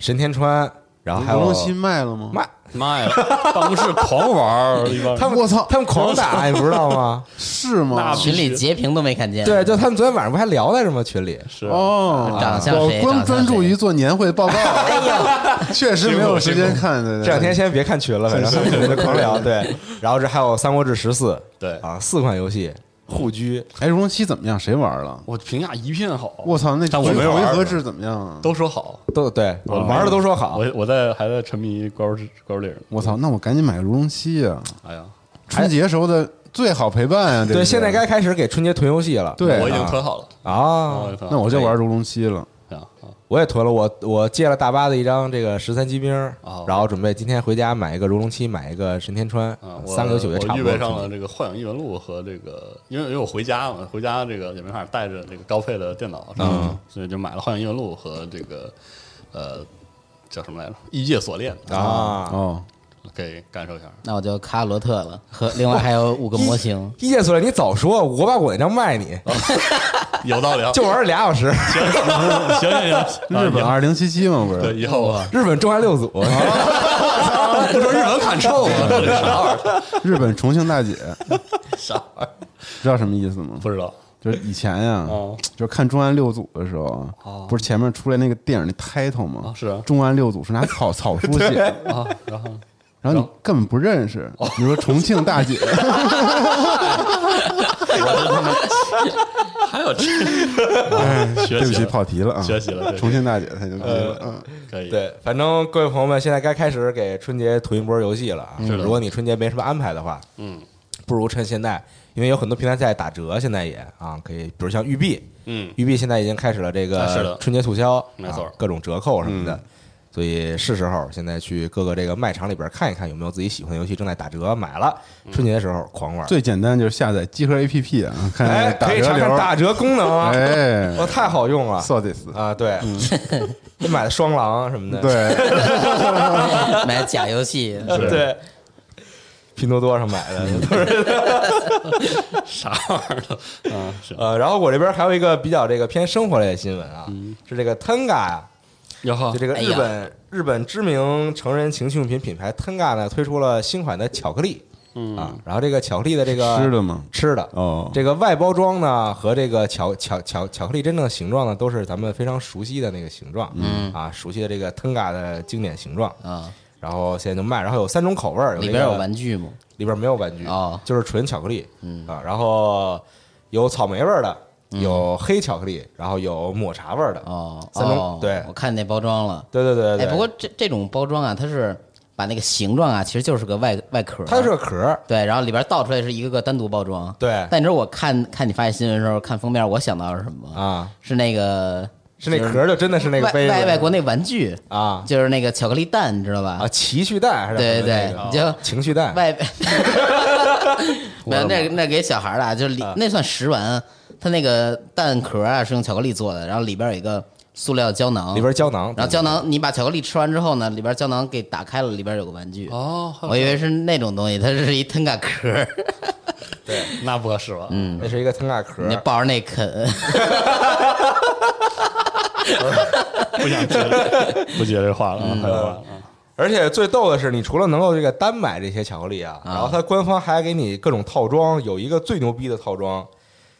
A: 神天川，然后还
F: 刘龙
A: 有
F: 新卖了吗？
A: 妈，
B: 妈呀，办公室狂玩儿，一帮人
A: 他们
F: 我操
A: 他们狂 打，你不知道吗？
F: 是吗
B: 那？
E: 群里截屏都没看见，
A: 对，就他们昨天晚上不还聊来着吗？群里，
B: 是啊
F: 哦，
E: 长相谁
F: 我光
E: 长相
F: 专注
E: 谁
F: 于做年会 报告，
B: 哎
F: 确实没有时间看。对对对
A: 这两天先别看群了，反正我就狂聊。对，然后这还有《三国志十四》，
B: 对
A: 啊，四款游戏互居，
F: 哎，如龙七怎么样？谁玩了？
B: 我评价一片好，
F: 我操，那
B: 但我
F: 回
B: 没玩
F: 回
B: 儿
F: 合制怎么样啊？
B: 都说好，
A: 都对，
B: 我
A: 玩的都说好。
B: 哦我我在还在沉迷怪物猎怪物猎人，
F: 我操，那我赶紧买个如龙七呀！
B: 哎呀，
F: 春节时候的最好陪伴啊！这
A: 对，
F: 是
A: 现在该开始给春节囤游戏了。
F: 对
B: 我已经
A: 啊
B: 囤哦好了，我已
A: 啊
B: 经，囤好
F: 那
B: 了
F: 我就玩如龙七了。
B: 哎呀啊
A: 我也囤了，我我借了大巴的一张这个十三机兵，
B: 哦
A: 然后准备今天回家买一个如龙七，买一个神天川
B: 啊，，我
A: 三个游戏我就差
B: 我
A: 不
B: 预
A: 多
B: 备上了这个《幻影异闻录》和这个，因为因为我回家嘛，回家这个也没法带着这个高配的电脑上去，所以就买了《幻影异闻录》和这个呃叫什么来着，《异界锁链》哎
A: 啊。。
F: 哦，
B: 给感受一下。
E: 那我就卡罗特了，和另外还有五个 模型
A: 一届出来，你早说，我把我那张卖你，
B: 哦有道理啊！
A: 就玩了俩小时。
B: 行行行，
F: 日本
B: 啊
F: 二零七七嘛，不
B: 以后对
F: 是？
B: 以后 啊，
A: 日本中华六组，
B: 不哦 说日本砍臭吗？这是啥玩意儿？
F: 日本重庆大姐，
B: 啥玩意儿？
F: 知道什么意思吗？
B: 不知道
F: 就是以前呀
B: 哦，
F: 就是看《重案六组》的时候啊，不是前面出来那个电影的 title
B: 啊
F: 吗？
B: 是啊
F: 《重案六组》是拿草草书 写的，
B: 啊，然后
F: 然后你根本不认识。
B: 哦
F: 你说重庆大姐，
B: 还有这
F: 哎
B: 学习了
F: 对不起，跑题了啊！
B: 学习了学习了呃
F: 重庆大姐太牛逼了。嗯
B: 可 以，
A: 对，反正各位朋友们，现在该开始给春节囤一波游戏了啊！
B: 嗯是的
A: 如果你春节没什么安排的话，
B: 嗯，
A: 不如趁现在，因为有很多平台在打折，现在也啊，可以，比如像育碧，
B: 嗯，
A: 育碧现在已经开始了嗯这
B: 啊是
A: 个
B: 的
A: 春节促销，
B: 没错
A: 啊各种折扣什么的，所以是时候现在去各个这个卖场里边看一看有没有自己喜欢的游戏正在打折，买了春节的时候狂玩，
F: 最简单就是下载集合 APP 啊，看
A: 哎，
F: 打
A: 可以
F: 折
A: 尝
F: 流
A: 尝
F: 儿。
A: 打折功能啊，
F: 哎
A: 哇，太好用了
F: ，so this，
A: 啊！对，你买的双狼什么的，
F: 对，哦
E: 买假 游戏，
A: 呃
B: 是
A: 对，拼多多上买的 都是。
B: 啥玩意儿的？嗯，是
A: 呃，然后我这边还有一个比较这个偏生活类的新闻啊，是这个 Tenga 呀，
B: 然后
A: 就这个
E: 哎
A: 日
E: 呀
A: 本、日本知名成人情趣用品品牌 Tenga 呢推出了新款的巧克力、啊，然后这个巧克力的这个
F: 嗯吃的吗？
A: 吃的。
F: 哦，
A: 这个外包装呢和这个巧巧巧巧克力真正的形状呢，都是咱们非常熟悉的那个形状，
E: 嗯
A: 啊，熟悉的这个 Tenga 的经典形状。
E: 啊，
A: 然后现在就卖，然后有三种口味儿，有
E: 里
A: 这
E: 边有
A: 个
E: 玩具吗？
A: 里边没有玩具
E: 哦嗯
A: 就是纯巧克力，啊，然后有草莓味儿的，有黑巧克力，然后有抹茶味儿的，
E: 哦，
A: 三种
E: 哦
A: 对
E: 我看那包装了。
A: 对对对对
E: 哎，
A: 对。
E: 不过这这种包装啊，它是把那个形状啊，其实就是个外外壳，啊
A: 它就是个壳儿，
E: 对，然后里边倒出来是一个个单独包装。
A: 对
E: 但你知道我看看你发新闻的时候，看封面，我想到是什么吗？
A: 啊，
E: 是那个
A: 是那
E: 就是
A: 壳儿就真的是那个
E: 外
A: 杯子
E: 外外国那玩具，
A: 啊
E: 就是那个巧克力蛋，你知道吧？
A: 啊，奇趣蛋还是
E: 对对
A: 什
E: 对
A: 么那，个
E: 就
A: 情趣蛋
E: 外 边，没有那那给小孩儿的啊，就是里
A: 啊
E: 那算食玩，它那个蛋壳啊是用巧克力做的，然后里边有一个塑料胶囊，
A: 里边胶囊，
E: 然后胶囊你把巧克力吃完之后呢，里边胶囊给打开了，里边有个玩具。
B: 哦，还有
E: 我以为是那种东西，它是一 Tenga 壳儿，
B: 那不合适吧？嗯，
A: 那是一个 Tenga 壳
E: 你
A: 儿，
E: 抱着那啃，
B: 不想接这， 不接这话了啊，还有话了啊，
A: 而且最逗的是，你除了能够这个单买这些巧克力啊，然后它官方还给你各种套装，有一个最牛逼的套装，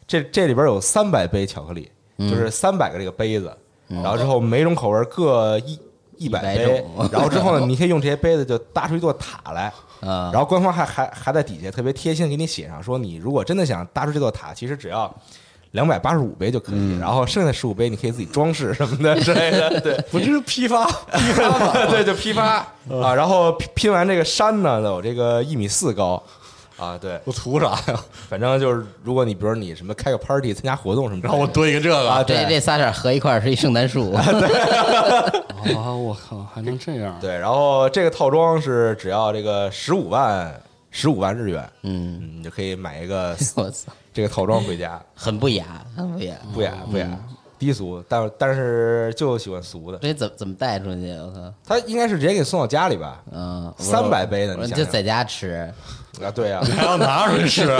A: 这这里边有三百杯巧克力，
E: 嗯
A: 就是三百个这个杯子，然后之后每种口味各一一百
E: 100
A: 杯
E: 种，
A: 然后之后呢，你可以用这些杯子就搭出一座塔来。
E: 啊
A: 然后官方还还还在底下特别贴心地给你写上说，你如果真的想搭出这座塔，其实只要两百八十五杯就可以，
B: 嗯
A: 然后剩下十五杯你可以自己装饰什么的之类的。对，
B: 不就是批发？
A: 对，就批发啊。然后拼拼完这个山呢，有这个一米四高，啊，对，
B: 我图啥呀？
A: 反正就是如果你比如你什么开个 party 参加活动什么之类的，
B: 然后我蹲一个这个
A: 啊，
B: 啊
E: 这
A: 对啊
E: 这仨色儿合一块儿是一圣诞树，
B: 哦我靠，还能这样？
A: 对，然后这个套装是只要这个十五万十五万日元，
E: 嗯，
A: 嗯，你就可以买一个
E: 我操，
A: 这个套装回家，
E: 很不雅，很不雅。
A: 不雅不雅，嗯低俗，但但是就喜欢俗的，
E: 这怎么怎么带出去？啊我操，
A: 他应该是直接给你送到家里吧？
E: 嗯，我
A: 300杯呢
E: 我
A: 你想
E: 就
A: 想
E: 在家吃，
A: 啊，对呀、
B: 还要拿出去吃？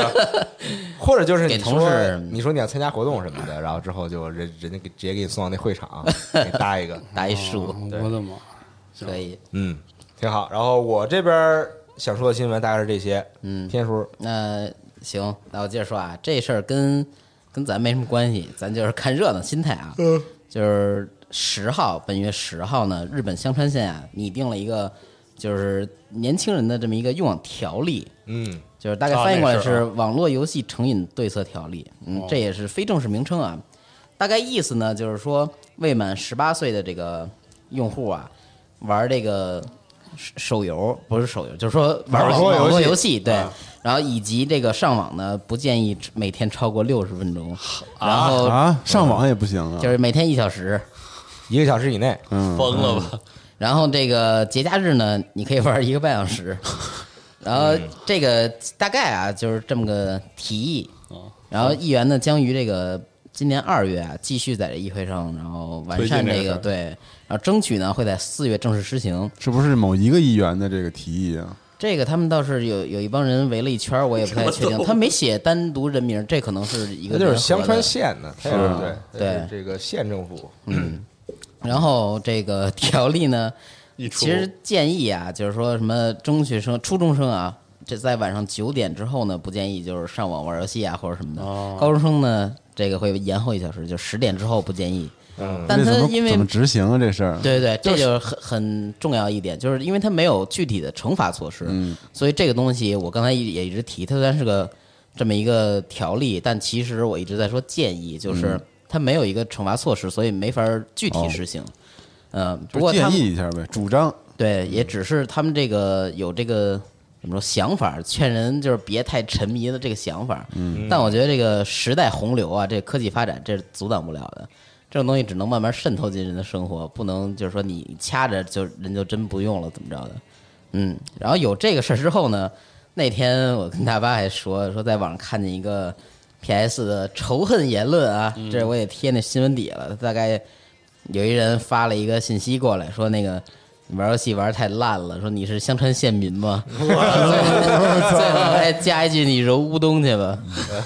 A: 或者就是你
E: 给
A: 说
E: 同事
A: 你说你要参加活动什么的，然后之后就人人家给直接给你送到那会场，给你搭一个，
E: 打一树，
A: 哦
B: 我的妈！
E: 可以。
A: 嗯，挺好。然后我这边想说的新闻大概是这些，嗯，天叔，
E: 那行，那我接着说啊，这事儿跟跟咱没什么关系，咱就是看热闹心态啊。嗯，就是十号，本月十号呢，日本香川县啊拟定了一个就是年轻人的这么一个用网条例，
A: 嗯
E: 就是大概
B: 啊
E: 翻译过来
B: 那是
E: 是
B: 啊
E: 《网络游戏成瘾对策条例》，嗯，这也是非正式名称啊。大概意思呢，就是说未满十八岁的这个用户啊，玩这个手手游不是手游，就是说玩
A: 网络游
E: 网
A: 戏
E: 络游戏，对。然后以及这个上网呢，不建议每天超过六十分钟，然后
F: 啊，上网也不行啊
E: 就，是每天一小时。
A: 一个小时以内，
F: 嗯，
B: 疯了吧？
E: 然后这个节假日呢，你可以玩一个半小时。然后这个大概啊，就是这么个提议。然后议员呢，将于这个今年二月啊，继续在这议会上，然后完善
B: 推进这个
E: 这
B: 事
E: 个
B: 儿
E: 对，然后争取呢会在四月正式施行。
F: 是不是某一个议员的这个提议啊？
E: 这个他们倒是有有一帮人围了一圈儿，我也不太确定，他没写单独人名，这可能是一
A: 那
E: 个
A: 就是
E: 联合
A: 香川
E: 的
A: 县的，它也
F: 是
A: 是
F: 啊
A: 对它是
E: 对
A: 这个县政府，
E: 然后这个条例呢，
B: 一出
E: 其实建议啊，就是说什么中学生、初中生啊，这在晚上九点之后呢，不建议就是上网玩游戏啊或者什么的。
B: 哦
E: 高中生呢，这个会延后一小时，就十点之后不建议。
A: 嗯，
E: 但
F: 这
E: 他
F: 怎么
E: 因为
F: 怎么执行啊？这事儿，
E: 对对，这就是很很重要一点，就是因为它没有具体的惩罚措施，
F: 嗯
E: 所以这个东西我刚才也也一直提，它虽然是个这么一个条例，但其实我一直在说建议，
F: 嗯
E: 就是它没有一个惩罚措施，所以没法儿具体实行。嗯、不
F: 哦就
E: 过
F: 是
E: 他
F: 建
E: 们
F: 议一下呗，主张
E: 对，也只是他们这个有这个怎么说想法，劝人就是别太沉迷的这个想法。嗯，但我觉得这个时代洪流啊，这科技发展这是阻挡不了的，这种东西只能慢慢渗透进人的生活，不能就是说你掐着就人就真不用了怎么着的。嗯，然后有这个事儿之后呢，那天我跟大巴还说说在网上看见一个 PS 的仇恨言论啊，这我也贴那新闻底了，大概有一人发了一个信息过来，说那个你玩游戏玩得太烂了，说你是香川县民吗？ 最后还加一句你揉乌冬去吧，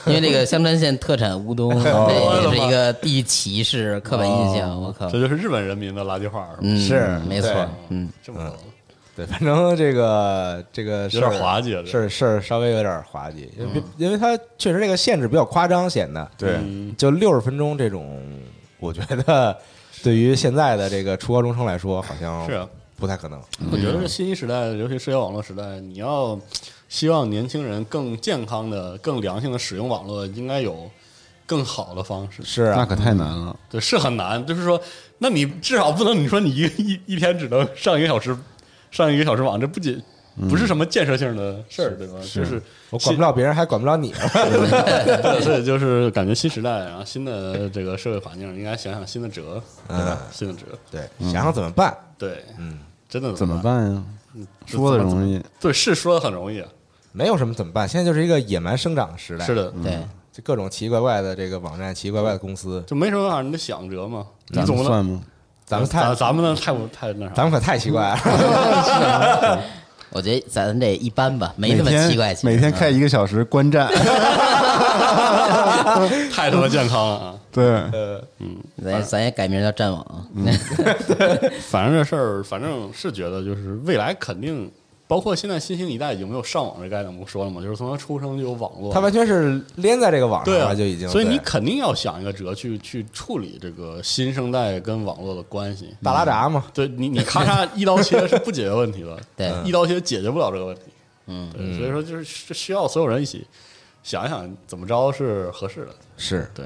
E: 因为这个香川县特产乌冬，这也是一个地域歧视、刻板印象。我靠
B: 这，就是日本人民的垃圾话，哦是吧
E: 嗯，
A: 是
E: 没错
A: 对，
E: 嗯，
B: 这么
A: 对，反正这个这个
B: 有点
A: 事儿
B: 滑稽了这
A: 事儿事儿稍微有点滑稽，因
B: 嗯
A: 为因为它确实那个限制比较夸张，显得
F: 对
A: 就六十分钟这种，我觉得对于现在的这个初高中生来说，好像
B: 是啊
A: 不太可能。
B: 我觉得这新一时代，尤其社交网络时代，你要希望年轻人更健康的、更良性的使用网络，应该有更好的方式。
A: 是
F: 那
A: 啊，
F: 可太难了。
B: 对，是很难，就是说，那你至少不能你说你一 一一天只能上一个小时，上一个小时网，这不仅不是什么建设性的事儿，对吧？就是
A: 我管不了别人，还管不了你。
B: 对，所以就是感觉新时代，然后新的这个社会环境，应该想想新的辙，对吧？新的辙，
A: 对，想想怎么办？
B: 对，嗯，真的
F: 怎么
B: 办？
F: 办呀？说的容易，
B: 对，是说的很容易，啊
A: 没有什么怎么办，现在就是一个野蛮生长的时代。
B: 是，的，
E: 对。
A: 就各种奇奇怪怪的这个网站、奇奇怪怪的公司，
B: 就没什么办法，你得想辙嘛。你
F: 咱
B: 总
F: 们
B: 不能
F: 算吗？
A: 咱们太
B: 咱咱们呢太不太那啥
A: 咱，们可太奇怪 了。
E: 我觉得咱这一般吧，没
F: 每
E: 那么
F: 天
E: 奇怪。其实
F: 每天开一个小时观战，
B: 太他妈健康了啊！嗯
F: 对，
E: 咱咱也改名叫战网，
B: 反正这事儿，反正是觉得就是未来肯定，包括现在新兴一代已经没有上网这概念，不说了嘛，就是从他出生就有网络，
A: 它完全是连在这个网上
B: 对
A: 了，
B: 啊，
A: 就已经。
B: 所以
A: 对
B: 你肯定要想一个辙去去处理这个新生代跟网络的关系。
A: 大拉闸嘛，
B: 对你，你咔 嚓一刀切是不解决问题的，
E: 对
B: 一刀切解决不了这个问题。
E: 嗯
B: 对，所以说就是需需要所有人一起想一想怎么着是合适的。
A: 是
B: 对，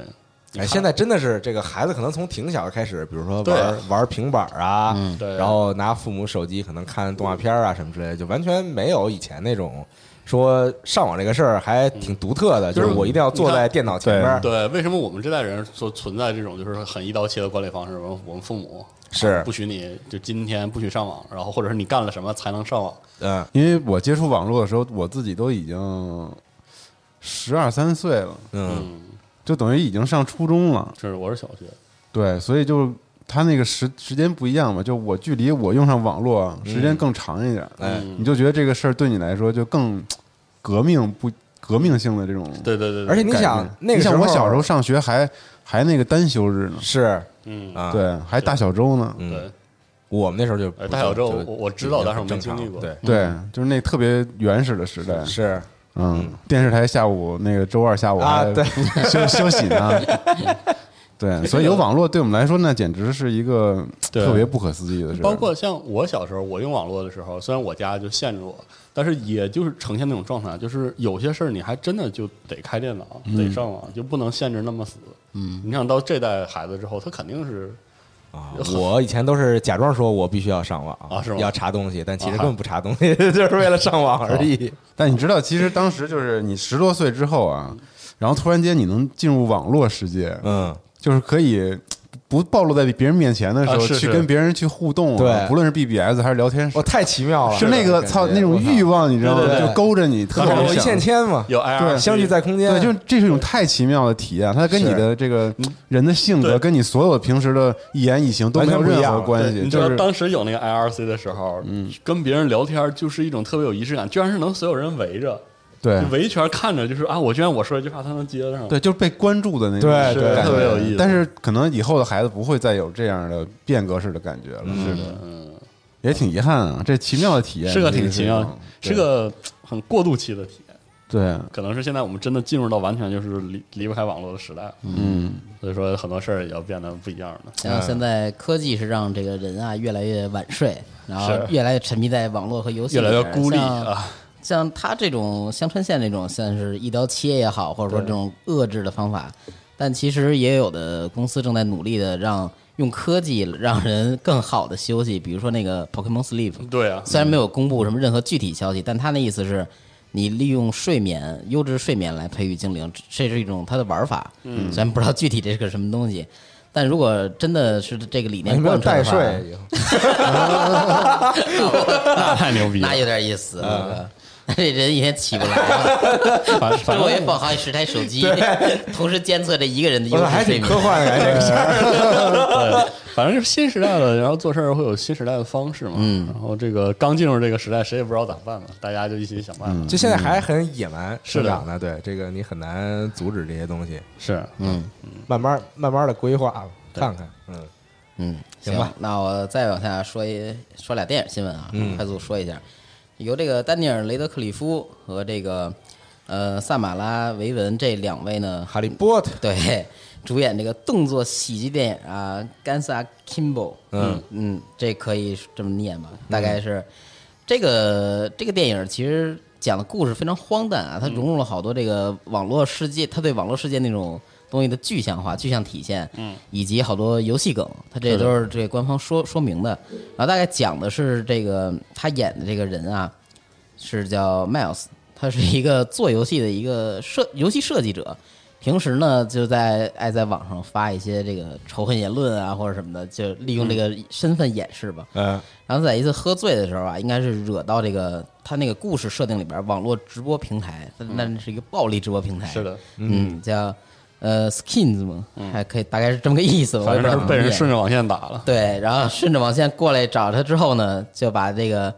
A: 哎，
B: 你看
A: 现在真的是这个孩子可能从挺小开始，比如说
B: 对嗯
A: 玩玩平板儿啊，
B: 对
A: 然后拿父母手机可能看动画片儿啊什么之类的，就完全没有以前那种说上网这个事儿还
B: 嗯
A: 挺独特的，就是我一定要坐在电脑前边儿，
B: 对，为什么我们这代人所存在这种就是很一刀切的管理方式？我们我们父母
A: 是
B: 不许你就今天不许上网，然后或者是你干了什么才能上网？
A: 嗯，
F: 因为我接触网络的时候，我自己都已经十二三岁了，
A: 嗯，
B: 嗯，
F: 就等于已经上初中了。
B: 这是我是小学，
F: 对，所以就他那个时时间不一样嘛，就我距离我用上网络啊时间更长一点，
A: 哎，
B: 嗯
F: 你就觉得这个事儿对你来说就更革命不革命性的这种
B: 对对对，对
A: 而且你
F: 改变。
A: 想那个
F: 你
A: 时
F: 想
A: 候
F: 我小时候上学还还那个单休日呢，
A: 是
B: 嗯
A: 啊，，
F: 对，还大小周呢，
A: 嗯
B: 对，
A: 我们那时候就
B: 哎大小周
A: 就
B: 我我知道
A: 就
B: 但是我没
A: 正常
B: 经历过
A: 对，
F: 对，就是那特别原始的时代，
A: 嗯 是
F: 嗯，电视台下午那个周二下午
A: 啊
F: 还
A: 对
F: 休休息 呢。对，所以有网络对我们来说，那简直是一个
B: 对
F: 特别不可思议的事。
B: 包括像我小时候，我用网络的时候，虽然我家就限制我，但是也就是呈现那种状态，就是有些事儿你还真的就得开电脑，
A: 嗯
B: 得上网，就不能限制那么死。嗯，你想到这代孩子之后，他肯定是
A: 啊，我以前都是假装说我必须要上网
B: 啊是吗
A: 要查东西，但其实
B: 啊
A: 根本不查东西， 就是为了上网而已。
F: 但你知道，其实当时就是你十多岁之后啊，然后突然间你能进入网络世界，
A: 嗯，
F: 就是可以不暴露在别人面前的时
B: 啊
F: 候，
B: 是
F: 去
B: 是
F: 跟别人去互动、啊，
A: 对哦
F: 不论是 BBS 还是聊天 室
A: 我，太奇妙了，
F: 是那个操那种欲
A: 望，
F: 望，你知道吗？
A: 对对对
F: 就勾着你，特
A: 我
F: 别
A: 操网
F: 想
A: 络一线牵嘛，
B: 有 IR，
F: 对
A: 相聚在空间，
F: 对，就是这是一种太奇妙的体验，它跟你的这个人的性格，
B: 对
F: 跟你所有平时的一言一行都没
A: 完
F: 有
A: 全不一
F: 任
A: 样
F: 何关
B: 对
F: 系，
B: 你知
F: 就
B: 道
F: 是嗯
B: 当时有那个 IRC 的时候，跟别人聊天就是一种特别有仪式感，居然是能所有人围着，
F: 对
B: 就围一圈看着，就是啊，我居然我说一句话，他能接得上。
F: 对，就是被关注的那种
A: 对
F: 是
A: 对
F: 感觉
A: 特别
B: 有意思
F: 但是可能以后的孩子不会再有这样的变革式的感觉了，
A: 嗯
B: 嗯，
F: 也挺遗憾啊。这奇妙的体验
B: 是个挺
F: 这
B: 奇妙
F: 一种
B: 的，是个很过渡期的体验。
F: 对，
B: 可能是现在我们真的进入到完全就是离离不开网络的时代，
F: 嗯，
B: 所以说很多事儿也要变得不一样了。
E: 然后现在科技是让这个人啊越来越晚睡，然后
B: 是
E: 越来越沉迷在网络和游戏
B: 越
E: 里
B: 来
E: 边，
B: 越孤立
E: 像
B: 啊，
E: 像他这种香川县这种，像是一刀切也好，或者说这种遏制的方法，但其实也有的公司正在努力的让用科技让人更好的休息，比如说那个 Pokemon Sleep，
B: 对 啊，
E: 虽然没有公布什么任何具体消息，但他那意思是，你利用睡眠、优质睡眠来培育精灵，这是一种它的玩法。嗯，虽然不知道具体这是个什么东西，但如果真的是这个理
A: 哎你
E: 念
A: 没有
E: 贯彻
A: 代
E: 的话，
A: 税，
B: 那太牛逼啊嗯了
E: 那，有点意思。那个 这人一天起不来 啊，
B: 反反
E: 周围
B: 正
E: 放好几十台手机， 同时监测这一个人的
A: 我
E: 优
A: 操，还
E: 质睡
A: 挺
E: 眠
A: 科。幻的感觉。这个事儿
B: 对，反正就是新时代了，然后做事儿会有新时代的方式嘛。
E: 嗯
B: 然后这个刚进入这个时代，谁也不知道咋办嘛，大家就一起想办法。
A: 就现在还很野蛮
B: 是
A: 生
B: 的
A: 长呢，对这个你很难阻止这些东西，
B: 是，
E: 嗯
A: 慢慢慢慢的规划吧看看，嗯
E: 嗯，
A: 行吧。
E: 那我再往下说一说俩电影新闻啊，
A: 嗯
E: 快速说一下，由这个丹尼尔·雷德克里夫和这个呃萨马拉·维文这两位呢，
A: 哈利波特，
E: 对，主演这个动作喜剧电影啊，《甘萨 Kimbo》。
A: 嗯
E: 嗯，这可以这么念吧？大概是、这个这个电影其实讲的故事非常荒诞啊，它融入了好多这个网络世界，它对网络世界那种东西的具象化、具象体现，嗯，以及好多游戏梗，它这都是这官方说说明的。然后大概讲的是这个他演的这个人啊，是叫 Miles，他是一个做游戏的一个设游戏设计者。平时呢，就在爱在网上发一些这个仇恨言论啊，或者什么的，就利
B: 嗯
E: 用这个身份掩饰吧。
A: 嗯
E: 然后在一次喝醉的时候啊，应该是惹到这个他那个故事设定里边网络直播平台，那那是一个暴力直播平台。
B: 嗯是的，嗯
E: 嗯，叫呃 Skins 嘛，还可以大概是这么个意思吧。我也
B: 反正是
E: 不知
B: 被
E: 道怎么
B: 人
E: 念
B: 顺着网线打了。
E: 对，然后顺着网线过来找他之后呢，就把这个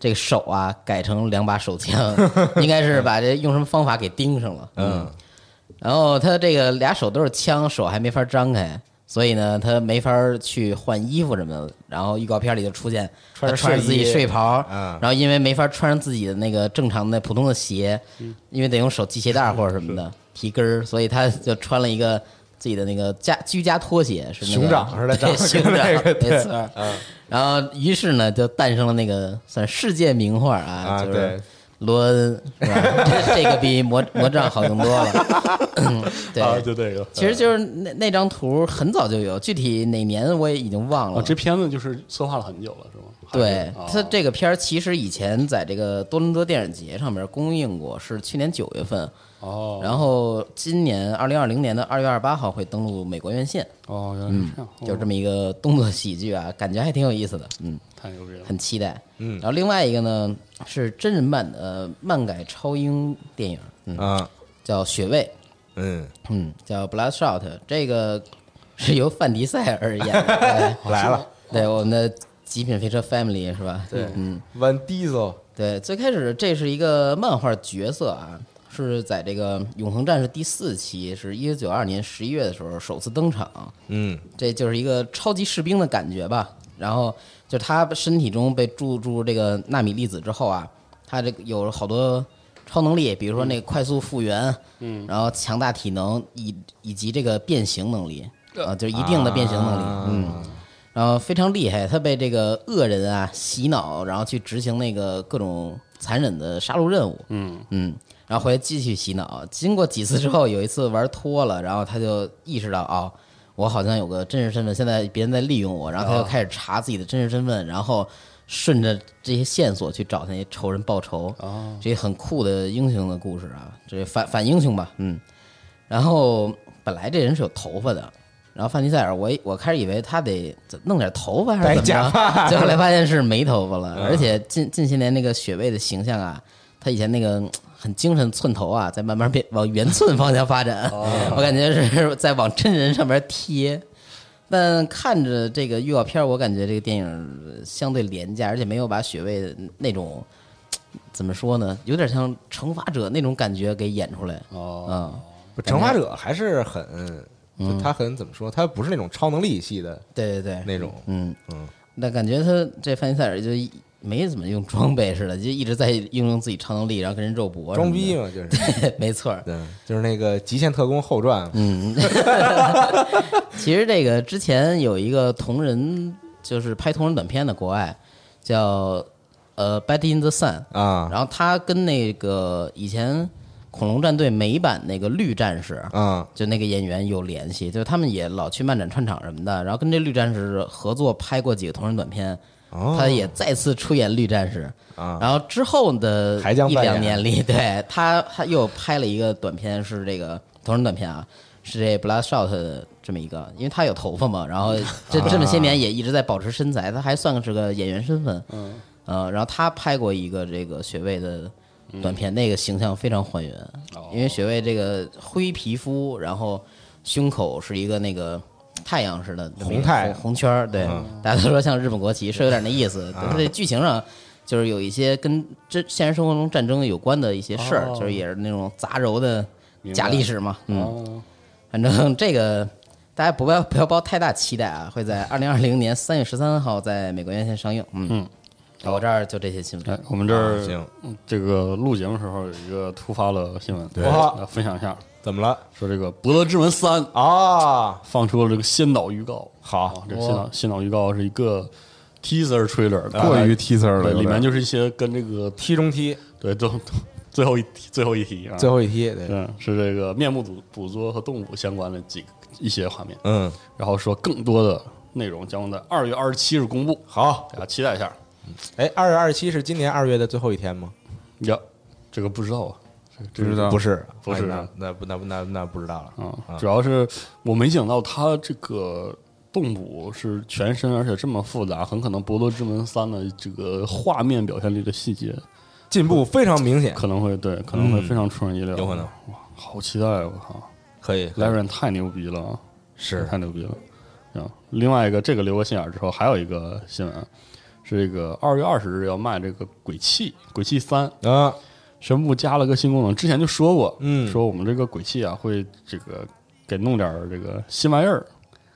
E: 这个手啊改成两把 手枪，应该是把这用什么方法给盯上了。
A: 嗯，
E: 然后他这个俩手都是枪，手还没法张开，所以呢，他没法去换衣服什么的。然后预告片里就出现
A: 穿着
E: 他穿着
A: 睡
E: 自己
A: 衣
E: 睡袍，
A: 嗯
E: 然后因为没法穿上自己的那个正常的普通的鞋，
A: 嗯
E: 因为得用手系鞋带儿或者什么的提跟儿，所以他就穿了一个自己的那个家居家拖鞋，是那个
A: 熊掌似的
E: 对
A: 长得
E: 熊
A: 跟那
E: 掌
A: 个对嗯
E: 没错儿。然后于是呢，就诞生了那个算世界名画啊，
A: 啊
E: 就
A: 对
E: 是。罗恩是吧？这这个比魔魔杖好用 多了。对，
B: 啊，就这个，
E: 其实就是那那张图很早就有，具体哪年我也已经忘了。
B: 嗯哦哦，这片子就是策划了很久了，是吗？还是
E: 对
B: 啊
E: 它这个片儿，其实以前在这个多伦多电影节上面公映过，是去年九月份，
B: 哦
E: 然后今年二零二零年的二月二十八号会登陆美国院线，
B: 哦，原来是这样，
E: 就这
B: 么
E: 么一个动作喜剧啊，感觉还挺有意思的，嗯，
B: 哦太牛逼了，
E: 很期待。
A: 嗯
E: 然后另外一个呢是真人版的漫改超英电影，嗯，
A: 啊，
E: 叫《血泪》，
A: 嗯，
E: 嗯，叫《Blood Shot》，这个是由范迪塞尔演 的，
A: 来了，
E: 对对我们的极品飞车 Family 是吧？对，嗯。
A: ，Van Diesel，
E: 对，最开始这是一个漫画角色啊，是在这个《永恒战士》第四期，是一九九二年十一月的时候首次登场。
A: 嗯
E: 这就是一个超级士兵的感觉吧。然后就是他身体中被注入这个纳米粒子之后啊，他这个有好多超能力，比如说那个快速复原，嗯，然后强大体能以以及这个变形能力啊，就是一定的变形能力，
A: 啊
E: 嗯。然后非常厉害，他被这个恶人啊洗脑，然后去执行那个各种残忍的杀戮任务。
B: 嗯
E: 嗯，然后回来继续洗脑。经过几次之后，有一次玩脱了，然后他就意识到啊、我好像有个真实身份，现在别人在利用我，然后他就开始查自己的真实身份，然后顺着这些线索去找那些仇人报仇。
B: 啊，
E: 这很酷的英雄的故事啊，这反反英雄吧，嗯。然后本来这人是有头发的，然后范迪塞尔，我以我开始以为他得弄点头发还是
A: 戴
E: 怎么
A: 假
E: 着，结果后来发现是没头发了。而且近近些年那个雪卫的形象啊，他以前那个嗯很精神寸头啊，在慢慢变往圆寸方向发展，我感觉是在往真人上面贴。但看着这个预告片儿，我感觉这个电影相对廉价，而且没有把雪卫的那种怎么说呢，有点像惩罚者那种感觉给演出来。
B: 哦，
E: 嗯，
A: 不惩罚者还是很，就他很怎么说？他不是那种超能力系的
E: 对对对，
A: 那种，
E: 嗯
A: 嗯，
E: 那感觉他这范尼塞尔就一没怎么用装备似的，就一直在运用自己超能力，然后跟人肉搏什么
A: 装
E: 的。
A: 逼嘛，就是，
E: 没错儿。
A: 对，就是那个《极限特工后传》嘛，
E: 嗯，其实这个之前有一个同人，就是拍同人短片的国外叫呃《Betty in the Sun》，
A: 啊
E: 然后他跟那个以前恐龙战队美版那个绿战士，
A: 啊
E: 就那个演员有联系，就是他们也老去漫展串场什么的，然后跟这绿战士合作拍过几个同人短片，
A: 哦
E: 他也再次出演绿战士。
A: 啊，
E: 然后之后的
A: 还将
E: 一
A: 扮演
E: 两年里，对他他又拍了一个短片，是这个同人短片啊，是这 Blood Shot 的这么一个，因为他有头发嘛，然后
A: 啊
E: 这这么些年也一直在保持身材，他还算是个演员身份，嗯，呃，然后他拍过一个这个雪位的短片，那个形象非常还原，因为雪位这个灰皮肤，然后胸口是一个那个。太阳似的这么一
A: 红
E: 个
A: 太
E: 红圈儿，对，大家都说像日本国旗，是有点那意思。但是这剧情上就是有一些跟真现实生活中战争有关的一些事儿，
B: 哦
E: 就是也是那种杂糅的
B: 明白
E: 假历史嘛。嗯，
B: 哦
E: 反正这个大家不要不要抱太大期待啊，会在二零二零年三月十三号在美国院线上映。嗯，我这儿就这些新闻。
B: 哎，我们这儿
A: 行，
B: 嗯这个录节目时候有一个突发的新闻，
A: 对
B: 来分享一下，
A: 怎么了？
B: 说这个《博德之门三》
A: 啊，
B: 放出了这个先导预告。啊
A: 好，
B: 这个先导先导预告是一个 teaser trailer，
F: 过于 teaser 了，
B: 对，里面
F: 就
B: 就是一些跟这个
A: 踢中踢，
B: 对最后最后一题最后一题啊，
A: 最后一踢，对，
B: 嗯是这个面目捕捕捉和动物相关的几个一些画面，
A: 嗯，
B: 然后说更多的内容将在二月二十七日公布，
A: 好，
B: 大家期待一下。
A: 哎，二月二十七是今年二月的最后一天吗？
B: 呀，这个不知道啊，
F: 不知道
A: 不是，
B: 不是
A: 哎那那不那不那那不知道了。
B: 啊，主要是我没想到他这个动捕是全身，而且这么复杂，很可能《博罗之门三》的这个画面表现力的细节
A: 进步非常明显，
B: 可能会对，可能会非常出人意料，
A: 嗯有可能
B: 哇，好期待！啊我靠
A: 可以可以
B: ，Laren 太牛逼了，啊
A: 是
B: 太牛逼了。啊，另外一个，这个留个心眼儿之后，还有一个新闻啊是这个二月二十日要卖这个《鬼泣》《鬼泣三》，
A: 啊，
B: 神木加了个新功能，之前就说过，
A: 嗯
B: 说我们这个鬼泣啊，会这个给弄点儿这个新玩意儿，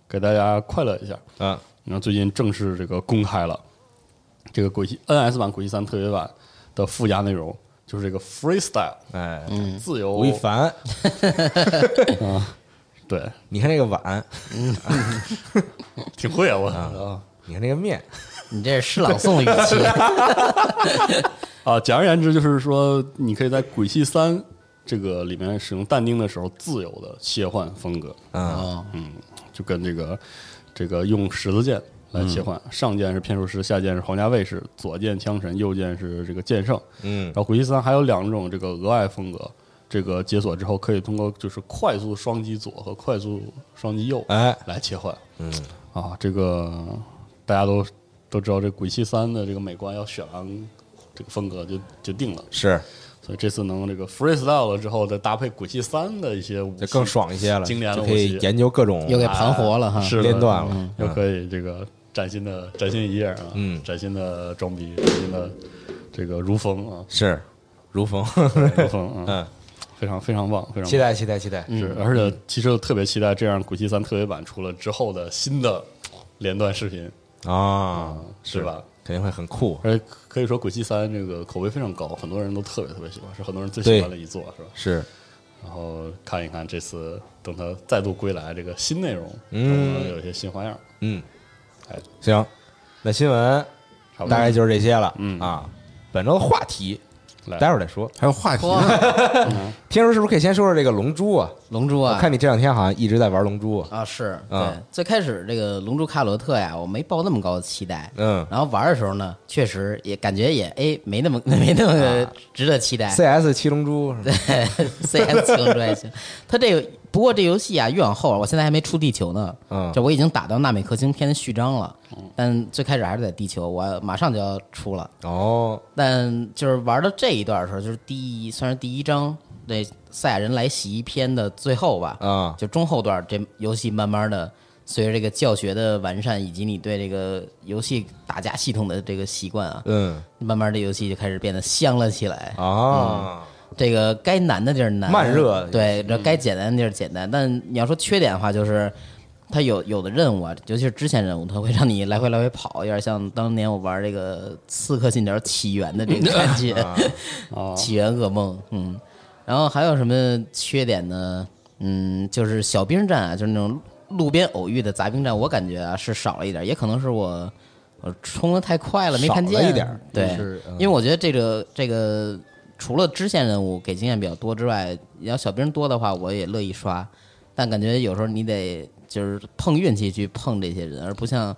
B: 给大家快乐一下。
A: 嗯，
B: 然后最近正式这个公开了，这个鬼泣 NS 版鬼泣三特别版的附加内容，就是这个 freestyle
A: 哎，
B: 自由
A: 吴亦凡，
B: 对，
A: 你看这个碗，
B: 挺会啊，我啊
A: 你看这个面，
E: 你这是诗朗诵语气，
B: 啊，简而言之就是说，你可以在鬼泣三这个里面使用但丁的时候，自由的切换风格，
A: 嗯
E: 哦，
B: 嗯，就跟这个这个用十字剑来切换，上键是骗术师，下键是皇家卫士，左键枪神，右键是这个剑圣。
A: 嗯
B: 然，后古奇三还有两种这个额外风格，这个解锁之后可以通过就是快速双击左和快速双击右
A: 哎，
B: 来切换。
A: 嗯，
B: 啊，这个大家都都知道，这鬼泣三的这个美观要选完这个风格就就定了，
A: 是，
B: 所以这次能这个 freestyle 了之后，再搭配鬼泣三的一些武器，
A: 就更爽一些了，
B: 经典的
A: 就
B: 武
A: 可以
B: 器
A: 研究各种
E: 又给盘活了哈。
B: 是的
A: 连段了，
B: 又
A: 嗯
B: 可以这个崭新的崭新一页啊，
A: 嗯，
B: 崭新的装逼，崭新的这个如风啊
A: 是如风，
B: 如风啊，
A: 嗯，
B: 非常非常棒，非常棒
A: 期。待期嗯待期待，
B: 是，而且其实我特别期待这样《古奇三》特别版出了之后的新的连段视频，
A: 啊，
B: 嗯是吧？
A: 肯定会很酷，
B: 而且可以说《鬼泣三》这个口碑非常高，很多人都特别特别喜欢，是很多人最喜欢的一作，是吧？
A: 是，
B: 然后看一看这次等他再度归来，这个新内容
A: 嗯
B: 能不能有一些新花样？
A: 嗯
B: 哎，
A: 行，那新闻
B: 差不多
A: 大概就是这些了，
B: 嗯
A: 啊，本周的话题
B: 来
A: 待会儿再说。
F: 还有话题呢，
A: 天叔是不是可以先说说这个龙珠啊？
E: 龙珠
A: 我
E: 啊，
A: 看你这两天好像一直在玩龙珠啊，
E: 啊是
A: 啊
E: 对，最开始这个龙珠卡罗特呀，我没抱那么高的期待，
A: 嗯
E: 然后玩的时候呢，确实也感觉也哎没那么 没那么值得期待。
A: ，CS 七龙珠是吧
E: CS 七龙珠还行，它这个不过这游戏啊越往后啊，我现在还没出地球呢，
A: 嗯
E: 这我已经打到纳美克星篇的序章了，但最开始还是在地球，我马上就要出了。
A: 哦，
E: 但就是玩到这一段的时候，就是第一算是第一章这赛亚人来袭篇的最后吧，
A: 啊
E: 就中后段这游戏慢慢的随着这个教学的完善，以及你对这个游戏打架系统的这个习惯啊，
A: 嗯
E: 慢慢这游戏就开始变得香了起来。
A: 啊，
E: 这个该难的地儿难，
A: 慢热
E: 对，这该简单的地儿简单。但你要说缺点的话，就是它有有的任务啊，尤其是支线任务，它会让你来回来回跑，有点像当年我玩这个《刺客信条：起源》的这个 感觉，
A: 哦
B: 啊，
E: 起源噩梦》。嗯，然后还有什么缺点呢？嗯，就是小兵战啊，就是那种路边偶遇的杂兵战，我感觉啊是少了一点，也可能是我我冲的太快了，没看
A: 少
E: 见
A: 了一点儿
E: 对，
A: 是嗯
E: 因为我觉得这个这个除了支线任务给经验比较多之外，你要小兵多的话，我也乐意刷，但感觉有时候你得就是碰运气去碰这些人，而不像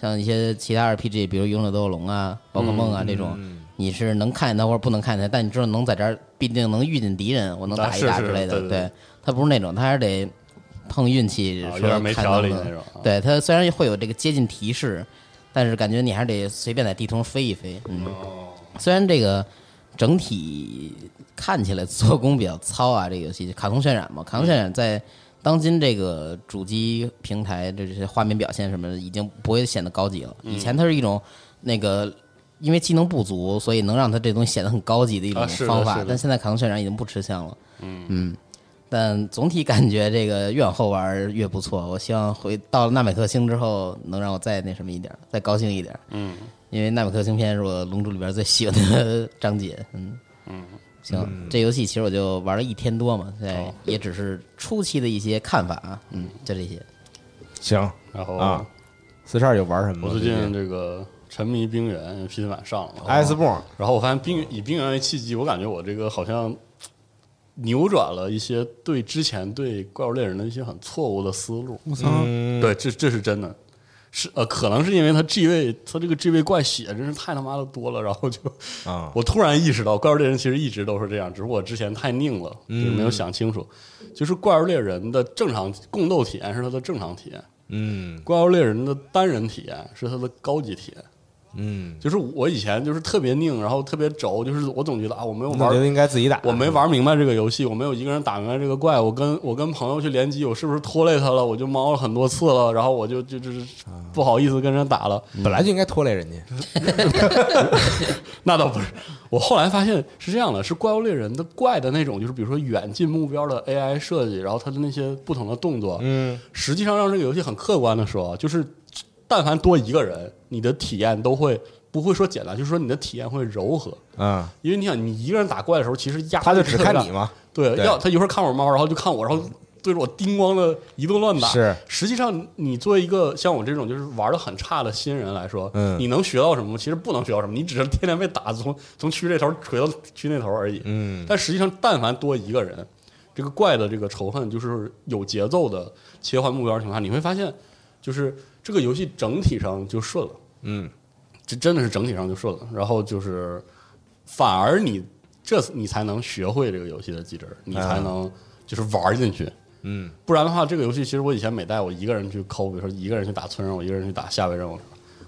E: 像一些其他 RPG，比如《勇者斗恶龙》啊、《宝可梦啊》
B: 嗯
E: 这种。你是能看见他或者不能看见他，但你知道能在这儿，必定能遇见敌人，我能
B: 啊
E: 打一
B: 是
E: 打
B: 是
E: 之类的。
B: 对对对
E: 他不是那种，他还是得碰运气，
B: 啊
E: 说
B: 有点没
E: 看
B: 条
E: 能
B: 理
E: 不能
B: 那种啊
E: 对他虽然会有这个接近提示，但是感觉你还是得随便在地图上飞一飞。嗯，
B: 哦
E: 虽然这个整体看起来做工比较糙啊，这个游戏卡通渲染
B: 嗯
E: 嘛，卡通渲染在当今这个主机平台这些画面表现什么的，已经不会显得高级
B: 嗯
E: 了。以前它是一种那个。因为技能不足，所以能让它这东西显得很高级的一种
B: 啊是的
E: 方法，
B: 是的
E: 但现在卡通渲染已经不吃香了。嗯，但总体感觉这个越往后玩儿越不错。我希望回到了纳美克星之后，能让我再那什么一点儿，再高兴一点。嗯，因为纳美克星篇是我《龙珠》里边最喜欢的章节。嗯嗯，行，
A: 嗯
E: 这游戏其实我就玩了一天多嘛，现
A: 哦
E: 在也只是初期的一些看法啊。嗯，就这些。
A: 行，
B: 然后
A: 啊四十二有玩什么
B: 我
A: 吗？
B: 最近哦这个沉迷冰原，PC 版上了，啊
A: S 泵
B: 然后我发现冰以冰原为契机，我感觉我这个好像扭转了一些对之前对怪物猎人的一些很错误的思路。
F: 我操，
A: 嗯
B: 对，这这是真的，是呃，可能是因为他 G 位，他这个 G 位怪血真是太他妈的多了，然后就
A: 啊，
B: 我突然意识到，怪物猎人其实一直都是这样，只是我之前太拧了，就是
A: 嗯
B: 没有想清楚。就是怪物猎人的正常共斗体验是它的正常体验，
A: 嗯
B: 怪物猎人的单人体验是它的高级体验。
A: 嗯，
B: 就是我以前就是特别拧，然后特别轴，就是我总觉得啊，我没有
A: 那我觉
B: 玩，
A: 得应该自己打，
B: 我没玩明白这个游戏，我没有一个人打明白这个怪，我跟我跟朋友去联机，我是不是拖累他了？我就猫了很多次了，然后我就就就是
A: 啊
B: 不好意思跟人打了。
A: 本来就应该拖累人家，
B: 那倒不是，我后来发现是这样的，是怪物猎人的怪的那种，就是比如说远近目标的 AI 设计，然后它的那些不同的动作，
A: 嗯
B: 实际上让这个游戏很客观的说，啊就是但凡多一个人，你的体验都会不会说简单，就是说你的体验会柔和。
A: 嗯，
B: 因为你想，你一个人打怪的时候，其实压力
A: 他就只
B: 特别
A: 看
B: 大
A: 你，嘛，
B: 对，
A: 对
B: 要他一会儿看我猫，然后就看我，然后对着我叮咣的一顿乱打。
A: 是，
B: 实际上你作为一个像我这种就是玩的很差的新人来说，
A: 嗯
B: 你能学到什么？其实不能学到什么，你只是天天被打，从从区这头锤到区那头而已。
A: 嗯
B: 但实际上，但凡多一个人，这个怪的这个仇恨就是有节奏的切换目标的情况下，你会发现，就是这个游戏整体上就顺了，
A: 嗯，
B: 这真的是整体上就顺了。然后就是反而你这你才能学会这个游戏的机制，你才能就是玩进去。
A: 嗯，
B: 不然的话，这个游戏其实我以前每代我一个人去抠，比如说一个人去打村任务，一个人去打下位任务，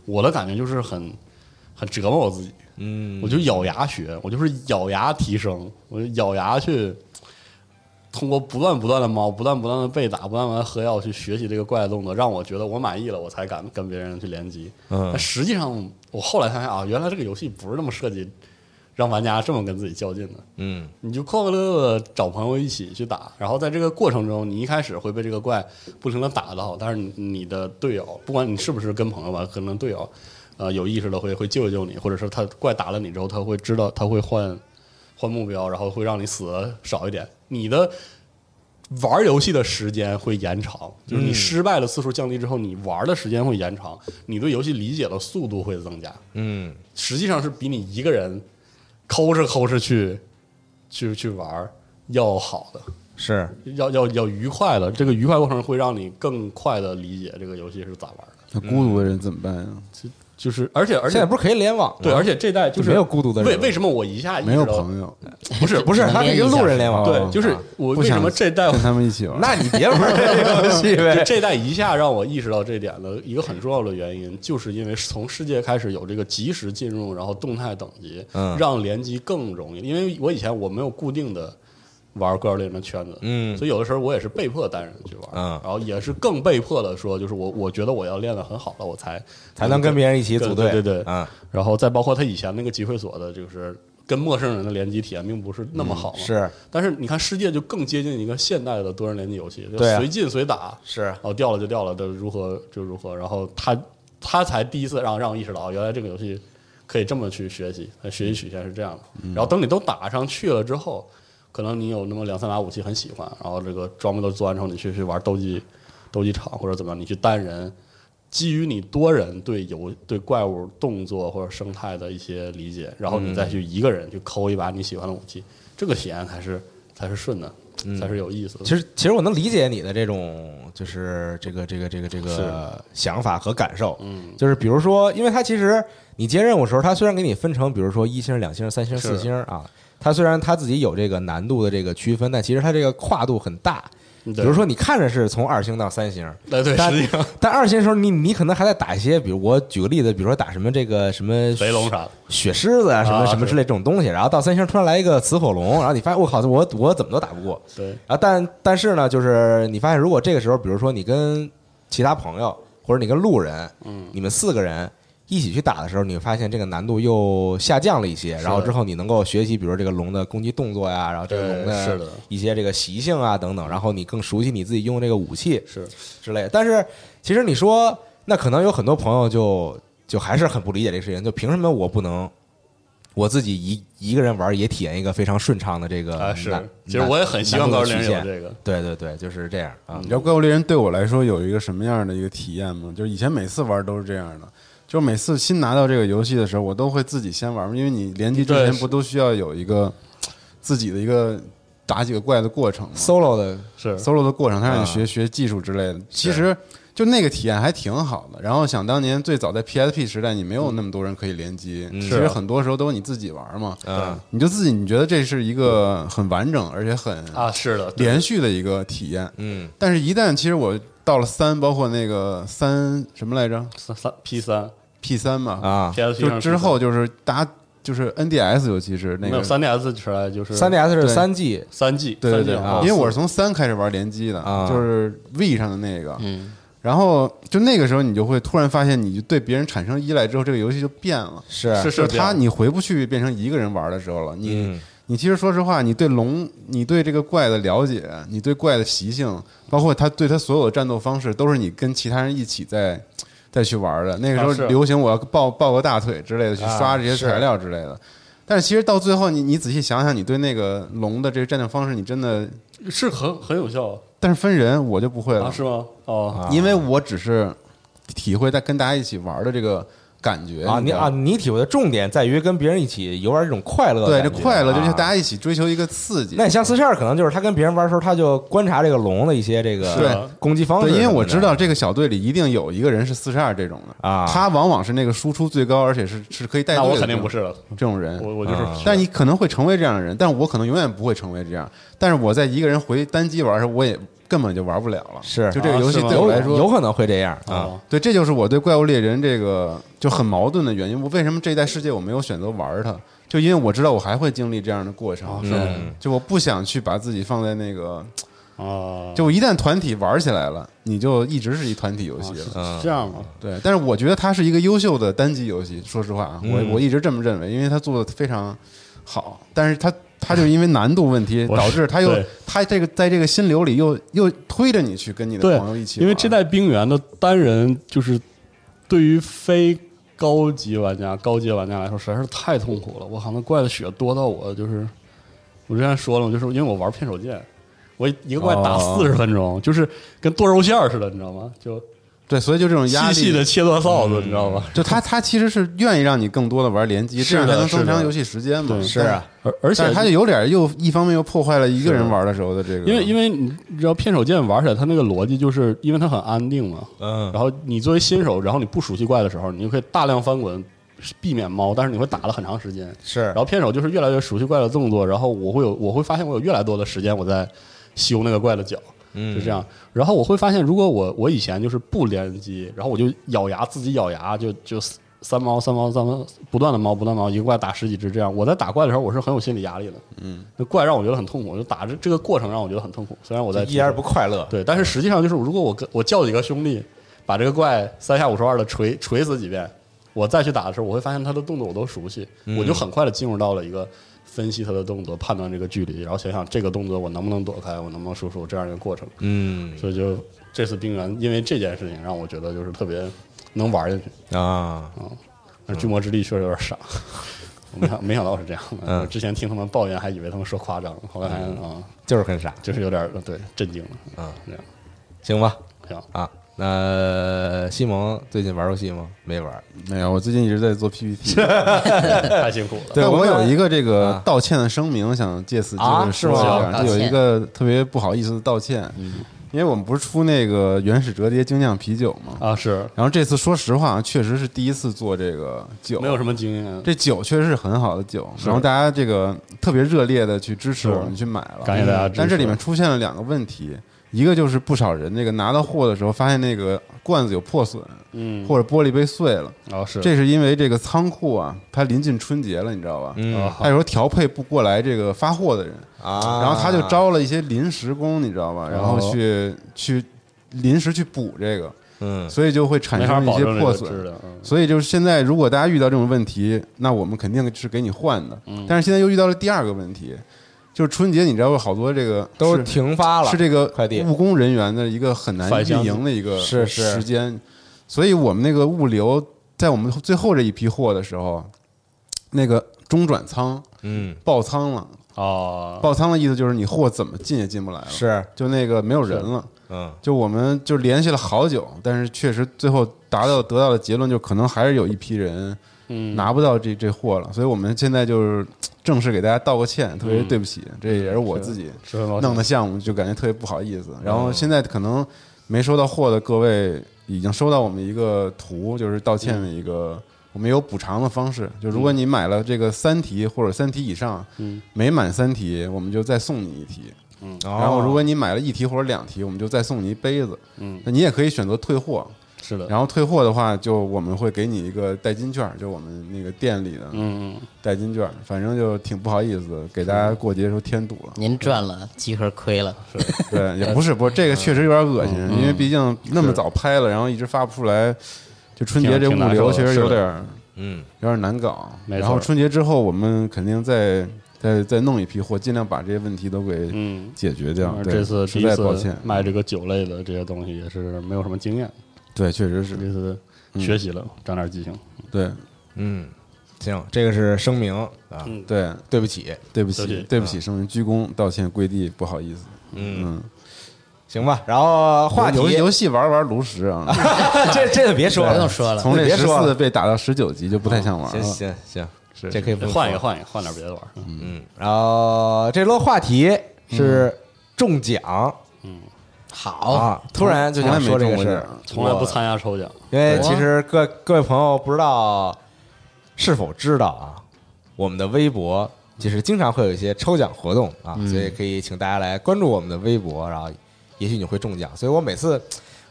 B: 我的感觉就是很很折磨我自己。
A: 嗯，
B: 我就咬牙学，我就是咬牙提升，我就咬牙去通过不断不断的猫，不断不断的被打，不断不断地喝药去学习这个怪的动作，让我觉得我满意了，我才敢跟别人去联机。
A: 嗯
B: 但实际上，我后来发现啊，原来这个游戏不是那么设计让玩家这么跟自己较劲的。
A: 嗯
B: 你就快快乐乐地找朋友一起去打，然后在这个过程中，你一开始会被这个怪不停的打到，但是你你的队友，不管你是不是跟朋友吧，可能队友呃有意识的会会救一救你，或者是他怪打了你之后，他会知道他会换换目标，然后会让你死的少一点，你的。玩游戏的时间会延长，就是
A: 嗯
B: 你失败的次数降低之后，你玩的时间会延长，你对游戏理解的速度会增加。
A: 嗯
B: 实际上是比你一个人抠着抠着去去去玩儿要好的，
A: 是
B: 要要要愉快的。这个愉快过程会让你更快的理解这个游戏是咋玩的。
F: 那孤独的人怎么办
B: 嗯
F: 呀？
B: 就是，而且而
A: 现
B: 且
A: 在不是可以联网吗
B: 对，啊而且这代就是
A: 没有孤独的人
B: 为为什么我一下意识
F: 没有
B: 到
F: 朋友，
B: 不是
A: 不是
E: 只能
A: 他可以跟
E: 联一下
A: 路人联网，
B: 对，就是
A: 啊
B: 我
F: 不
B: 为
F: 想
B: 什么这代
F: 跟他们一起玩。
A: 那你别玩这个游戏
B: 就
A: 呗，
B: 这代一下让我意识到这点的一个很重要的原因，就是因为从世界开始有这个及时进入，然后动态等级，
A: 嗯
B: 让联机更容易。因为我以前我没有固定的玩怪物猎人的圈子，
A: 嗯
B: 所以有的时候我也是被迫单人去玩，
A: 嗯
B: 然后也是更被迫的说，就是我我觉得我要练得很好了，我才
A: 才能跟别人一起
B: 对
A: 组队，
B: 对对对
A: 嗯
B: 然后再包括他以前那个集会所的，就是跟陌生人的联机体验并不是那么好嘛，
A: 嗯是
B: 但是你看世界就更接近一个现代的多人联机游戏，就
A: 对啊
B: 随进随打，
A: 是，
B: 哦，掉了就掉了的，如何就如何。然后他他才第一次让让我意识到，哦原来这个游戏可以这么去学习，呃学习曲线是这样的。
A: 嗯
B: 然后等你都打上去了之后，可能你有那么两三把武器很喜欢，然后这个装备都做完之后，你去去玩斗技斗技场或者怎么样，你去单人。基于你多人对游对怪物动作或者生态的一些理解，然后你
A: 嗯
B: 再去一个人去抠一把你喜欢的武器，这个体验才是才是顺的，才是有意思的。
A: 嗯其实其实我能理解你的这种就是这个这个这个这个想法和感受，
B: 嗯，
A: 就是比如说，因为它其实你接任务的时候，它虽然给你分成，比如说一星、两星、三星、
B: 是
A: 四星啊，它虽然它自己有这个难度的这个区分，但其实它这个跨度很大。比
B: 比
A: 如，说，你看着是从二星到三星，
B: 哎，对，
A: 但
B: 实际上
A: 但二星的时候你，你可能还在打一些，比如我举个例子，比如说打什么这个 什么
B: 雷龙啥的，
A: 雪狮子啊，什么
B: 啊
A: 什么
B: 是
A: 之类这种东西，然后到三星突然来一个雌火龙，然后你发现我靠，我我怎么都打不过。
B: 对，
A: 啊，但但是呢，就是你发现，如果这个时候，比如说你跟其他朋友或者你跟路人，
B: 嗯，
A: 你们四个人一起去打的时候，你会发现这个难度又下降了一些。
B: 的
A: 然后之后你能够学习，比如这个龙的攻击动作呀，然后这个龙
B: 对是的
A: 一些这个习性啊等等，然后你更熟悉你自己用这个武器
B: 是
A: 之类的。但是其实你说，那可能有很多朋友就就还是很不理解这个事情，就凭什么我不能？我自己一一个人玩也体验一个非常顺畅的这个
B: 啊是
A: 难，
B: 其实我也很希望
A: 难
B: 高
A: 度的
B: 人
A: 曲
B: 有
A: 线
B: 这个，
A: 对对对，就是这样啊
F: 你。知道怪物猎人对我来说有一个什么样的一个体验吗？就是以前每次玩都是这样的，就是每次新拿到这个游戏的时候，我都会自己先玩，因为你联机之
B: 对
F: 前
B: 是
F: 不都需要有一个自己的一个打几个怪的过程吗
A: solo 的
B: 是
F: solo 的过程，他让你
A: 啊
F: 学学技术之类的。其实就那个体验还挺好的。然后想当年最早在 PSP 时代，你没有那么多人可以联机，其
B: 是
F: 实
B: 啊
F: 很多时候都是你自己玩嘛。
A: 嗯，
F: 你就自己你觉得这是一个很完整而且很
B: 啊是的，对
F: 连续的一个体验。
A: 嗯，
F: 但是，一旦其实我到了三，包括那个三什么来着
B: 三三 P 三
F: ，P 三嘛，
A: 啊，
B: PSP
F: 就
B: 上
F: 之后就是大家就是 NDS，尤其是那
B: 没有
F: 个
B: 三 DS 出来就是
A: 三 DS 是
F: 对
A: 三 G，
B: 三 G，
F: 对对对，
B: 三 G
A: 啊
F: 因为我是从三开始玩联机的，
A: 啊
F: 就是 V 上的那个，
E: 嗯，
F: 然后就那个时候你就会突然发现，你就对别人产生依赖之后，这个游戏就变了。
A: 是
B: 是
F: 就是
B: 这
F: 他，
B: 样
F: 你回不去变成一个人玩的时候了。你、
A: 嗯
F: 你其实说实话，你对龙，你对这个怪的了解，你对怪的习性，包括他对他所有的战斗方式，都是你跟其他人一起在再去玩的。那个时
B: 啊是
F: 候流行我要抱抱个大腿之类的，去
A: 啊
F: 刷这些材料之类的。但是其实到最后你，你仔细想想，你对那个龙的这个战斗方式，你真的，
B: 是很很有效
F: 但是分人我就不会了，
B: 啊是吗？哦
A: 啊
F: 因为我只是体会在跟大家一起玩的这个感觉
A: 啊，你
F: 知道
A: 啊，
F: 吗
A: 你体会的重点在于跟别人一起游玩这种快乐的
F: 对
A: 感觉，
F: 这快乐就是
A: 啊
F: 大家一起追求一个刺激。
A: 那你像四十二，可能就是他跟别人玩的时候，他就观察这个龙的一些这
F: 是
A: 个
F: 的
A: 攻击方式
F: 对，
A: 什么的。
F: 因为我知道这个小队里一定有一个人是四十二这种的
A: 啊
F: 他往往是那个输出最高，而且是是可以带
B: 那
F: 队
B: 我
F: 的这
B: 肯定
F: 种
B: 不是了，
F: 这种人。
B: 我我就是
A: 啊
B: 学，
F: 但你可能会成为这样的人，但我可能永远不会成为这样。但是我在一个人回单机玩的时候，我也根本就玩不了了。
A: 是
F: 就这个游戏
B: 啊是吗
F: 对我来
A: 有
F: 说，哦
A: 有可能会这样啊。
B: 啊，
F: 对，这就是我对《怪物猎人》这个就很矛盾的原因。我为什么这一代世界我没有选择玩它？就因为我知道我还会经历这样的过程，
B: 哦是
F: 嗯就我不想去把自己放在那个，
B: 啊，
F: 就一旦团体玩起来了，你就一直是一团体游戏了。
A: 嗯
B: 哦是这样吗？
F: 对，但是我觉得它是一个优秀的单机游戏。说实话啊，我
A: 嗯
F: 我一直这么认为，因为它做的非常好。但是它它就因为难度问题，
B: 我
F: 导致它又
B: 对
F: 它这个在这个心流里又又推着你去跟你的
B: 对
F: 朋友一起玩，
B: 因为这代冰原的单人就是对于非高级玩家、高阶玩家来说，实在是太痛苦了。我靠，那怪的血多到我就是，我之前说了嘛，就是因为我玩片手剑，我一个怪打
F: 哦
B: 四十分钟，就是跟剁肉馅儿似的，你知道吗？就
F: 对，所以就这种压
B: 细
F: 力
B: 细的切断臊子，你知道吗？
F: 就它它其实是愿意让你更多的玩联机，
B: 是
F: 这
B: 的
F: 样才能
B: 是的
F: 增长游戏时间嘛。
B: 对
A: 是啊，
B: 而而
F: 但
B: 且
F: 但是它就有点又一方面又破坏了一个人玩的时候的这个，
B: 因为因为你知道片手剑玩起来，它那个逻辑就是因为它很安定嘛，
A: 嗯
B: 然后你作为新手，然后你不熟悉怪的时候，你就可以大量翻滚，避免猫，但是你会打了很长时间。
A: 是
B: 然后片手就是越来越熟悉怪的动作，然后我会有我会发现我有越来越多的时间我在修那个怪的脚，
A: 嗯
B: 是这样。然后我会发现，如果我我以前就是不联机，然后我就咬牙自己咬牙就就三毛三毛三毛不断的猫不断地猫，一个怪打十几只这样。我在打怪的时候，我是很有心理压力的，嗯，那怪让我觉得很痛苦，就打这这个过程让我觉得很痛苦。虽然我在
A: 依然不快乐。
B: 对，但是实际上就是，如果我跟我叫几个兄弟，把这个怪三下五除二的锤锤死几遍，我再去打的时候，我会发现他的动作我都熟悉，
A: 嗯
B: 我就很快的进入到了一个分析他的动作、判断这个距离，然后想想这个动作我能不能躲开，我能不能输出这样一个过程。
A: 嗯
B: 所以就这次冰原因为这件事情让我觉得就是特别能玩下去，
A: 啊，
B: 但是巨魔之力确实有点傻。我没想没想到是这样的，
A: 嗯
B: 我之前听他们抱怨，还以为他们说夸张了，后来发现啊，
A: 就是很傻，
B: 就是有点儿对 震惊了。嗯，这样
A: 行吧？
B: 行，
A: 啊，那西蒙最近玩游戏吗？没玩。
F: 没有，我最近一直在 做 PPT，
B: 太辛苦了。
A: 对
F: 但
A: 我
F: 我有
A: 看
F: 一个这个
A: 啊
F: 道歉的声明，想借此机会说一
A: 啊
E: 是吗
F: 下，就有
E: 道歉
F: 一个特别不好意思的道歉，因为我们不是出那个原始折叠精酿啤酒嘛，
B: 啊，是
F: 然后这次说实话，确实是第一次做这个酒，
B: 没有什么经验，
F: 这酒确实是很好的酒，然后大家这个特别热烈的去支持我们去买了，嗯
B: 感谢大家支持
F: 但这里面出现了两个问题，一个就是不少人这个拿到货的时候发现那个罐子有破损，
B: 嗯，
F: 或者玻璃杯碎了，
B: 啊是
F: 这是因为这个仓库啊，它临近春节了，你知道吧？
A: 嗯
B: 啊
F: 它有时候调配不过来这个发货的人，
A: 啊，
F: 然后他就招了一些临时工，你知道吧？然后
B: 哦
F: 去去临时去补这个，
A: 嗯
F: 所以就会产
B: 没法
F: 生一
B: 保
F: 些
B: 证这
F: 破
B: 个
F: 损。
B: 质量，嗯
F: 所以就是现在，如果大家遇到这种问题，那我们肯定是给你换的。
B: 嗯
F: 但是现在又遇到了第二个问题，就是春节，你知道有好多这个
A: 都
F: 是
A: 停发了，
F: 是这个
A: 快递
F: 务工人员的一个很难
B: 返
F: 运
B: 乡
F: 营的一个
A: 是是
F: 时间，所以我们那个物流在我们最后这一批货的时候，那个中转仓
A: 嗯
F: 爆仓了。
B: 哦，
F: 爆仓的意思就是你货怎么进也进不来了，
A: 是
F: 就那个没有人了。
A: 嗯
F: 就我们就联系了好久，但是确实最后达到得到的结论就可能还是有一批人拿不到这这货了，所以我们现在就是正式给大家道个歉，特别对不起，这也是我自己
B: 十分抱歉
F: 弄的项目，就感觉特别不好意思。然后现在可能没收到货的各位已经收到我们一个图，就是道歉的一个。我们有补偿的方式，就如果你买了这个三题或者三题以上，
B: 嗯
F: 每满三题，我们就再送你一题。
B: 哦
F: 然后如果你买了一题或者两题，我们就再送你一杯子。嗯，那你也可以选择退货。
B: 是的，
F: 然后退货的话，就我们会给你一个代金券儿，就我们那个店里的
B: 嗯，
F: 代金券儿。反正就挺不好意思，给大家过节的时候添堵 了。
E: 您赚了，集合亏了，
F: 对，也不是，不是这个确实有点恶心，
B: 嗯
F: 因为毕竟那么早拍了，然后一直发不出来，就春节
B: 挺
F: 这
B: 挺
F: 物
B: 难受
F: 流
B: 的
F: 确实
B: 是
F: 有
B: 的
F: 点儿
A: 嗯
F: 有点难搞。
B: 没
F: 然后
B: 错
F: 春节之后，我们肯定再再再弄一批货，尽量把这些问题都给
B: 嗯
F: 解决掉。
B: 而
F: 对
B: 这次
F: 实
B: 第
F: 在
B: 一
F: 抱歉嗯
B: 次，卖这个酒类的这些东西也是没有什么经验，
F: 对，确实是
B: 这次学习了，长点记性，
F: 对。
A: 嗯，行，这个是声明啊，
B: 嗯
F: 对，
A: 对不起，
F: 对不
B: 对不
F: 起
B: 起，
F: 对不起，声明鞠躬道歉跪地，不好意思。
A: 嗯，行吧。然后话题
F: 游游戏玩玩炉石啊，
A: 这这个别说
E: 不用
A: 了，
E: 说了，
F: 从这
A: 别
F: 十
A: 说
F: 四
A: 了
F: 被打到十九级就不太想玩
A: 行
F: 了。
A: 行行，
F: 是
A: 这可以不用
B: 换一
A: 说
B: 个，换一个，换点别的玩儿。嗯
A: 嗯，然后这轮话题是中奖
E: 好，
A: 啊，突然就想说这个事儿，
B: 从来不
A: 我
B: 参加抽奖，
A: 因为其实各各位朋友不知道是否知道啊，我们的微博其实经常会有一些抽奖活动啊，所以可以请大家来关注我们的微博，然后也许你会中奖。所以我每次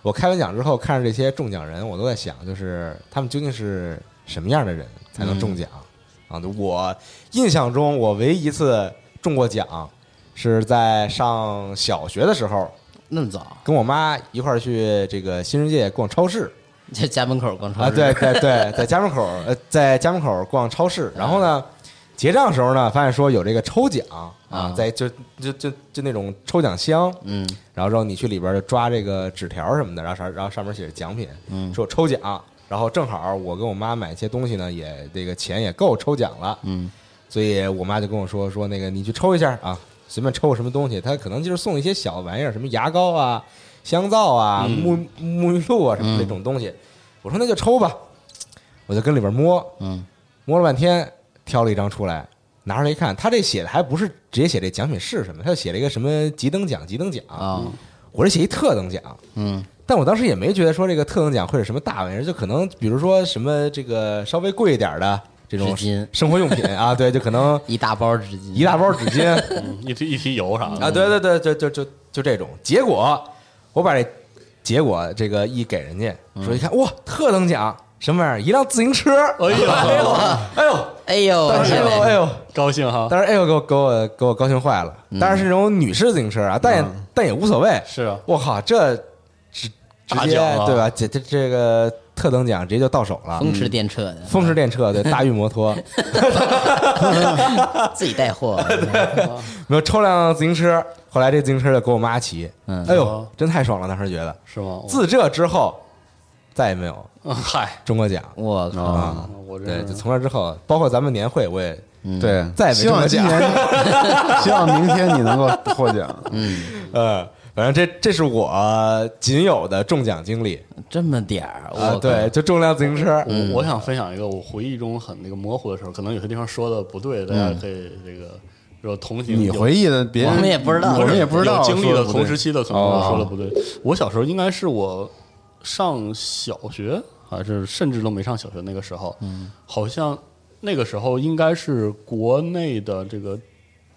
A: 我开完奖之后，看着这些中奖人，我都在想，就是他们究竟是什么样的人才能中奖、啊？就我印象中，啊我唯一一次中过奖是在上小学的时候，
E: 那么早
A: 跟我妈一块儿去这个新世界逛超市。
E: 在家门口逛超
A: 啊，
E: 市
A: 对对对，在家门口呃，在家门口逛超市，然后呢，结账的时候呢，发现说有这个抽奖啊
E: 嗯啊，
A: 在就就就就那种抽奖箱，
E: 嗯，
A: 然后之后你去里边就抓这个纸条什么的，然后上然后上面写着奖品，
E: 嗯
A: 说有抽奖，然后正好我跟我妈买一些东西呢，也这个钱也够抽奖了，
E: 嗯，
A: 所以我妈就跟我说说那个你去抽一下啊，随便抽个什么东西，她可能就是送一些小玩意儿，什么牙膏啊、香皂啊、
E: 嗯
A: 沐沐浴露啊什么那种东西。我说那就抽吧，我就跟里边摸，
E: 嗯，
A: 摸了半天，挑了一张出来，拿出来一看，他这写的还不是直接写这奖品是什么，他就写了一个什么几等奖、几等奖，
E: 啊，
A: 我这写一特等奖，
E: 嗯
A: 但我当时也没觉得说这个特等奖会是什么大玩意儿，就可能比如说什么这个稍微贵一点的这种
E: 纸巾
A: 生活用品啊，对，就可能
E: 一大包纸巾，
A: 一大包纸巾
B: 嗯一提一提油啥
A: 啊，
B: 的，
A: 对对对，就就就就这种。结果我把这结果这个一给人家，说一看哇，特等奖什么玩意儿？一辆自行车，
B: 哎呦
A: 哎呦哎呦
E: 哎呦，
A: 当时
E: 天
A: 哎呦
E: 哪
A: 哎呦，
B: 高兴哈。
A: 当时哎呦给我给我给我高兴坏了。当然是那种女士自行车啊，但也但也无所谓，
B: 是啊，
A: 我靠，这直直
B: 大
A: 接
B: 奖啊
A: 对吧？这这这个特等奖直接就到手了，
E: 风驰电掣的，
A: 风驰电掣对大运摩托，
E: 自己带 货，
A: 没有抽辆自行车，后来这自行车就给我妈骑，
E: 嗯
A: 哎呦
B: 哦，
A: 真太爽了，当时觉得。
B: 是吗？
A: 自这之后，再也没有
B: 我嗨，
A: 中过奖
E: 我
A: 哦
E: 靠，
F: 啊，
B: 我
A: 对，就
B: 这
A: 从那之后，包括咱们年会，我也
F: 对，
A: 嗯再也没
F: 希
A: 中
F: 望
A: 过
F: 今
A: 奖
F: 年，希望明天你能够获 奖。
A: 呃，反正这这是我仅有的中奖经历
E: 这么点儿，我
A: 啊，
E: 靠
A: 对，，就中辆自行车，
F: 嗯
B: 我我想分享一个我回忆中很那个模糊的时候，可能有些地方说的不对，大家可以这个说同行
F: 嗯你
B: 有
F: 回忆的，别人
E: 我们也不知道
F: 我们也不知道
B: 有经历
F: 说
B: 的
F: 不
B: 同
F: 对哦
B: 时期的可能说的不对。我小时候应该是我上小学，还是甚至都没上小学那个时候，
F: 嗯
B: 好像那个时候应该是国内的这个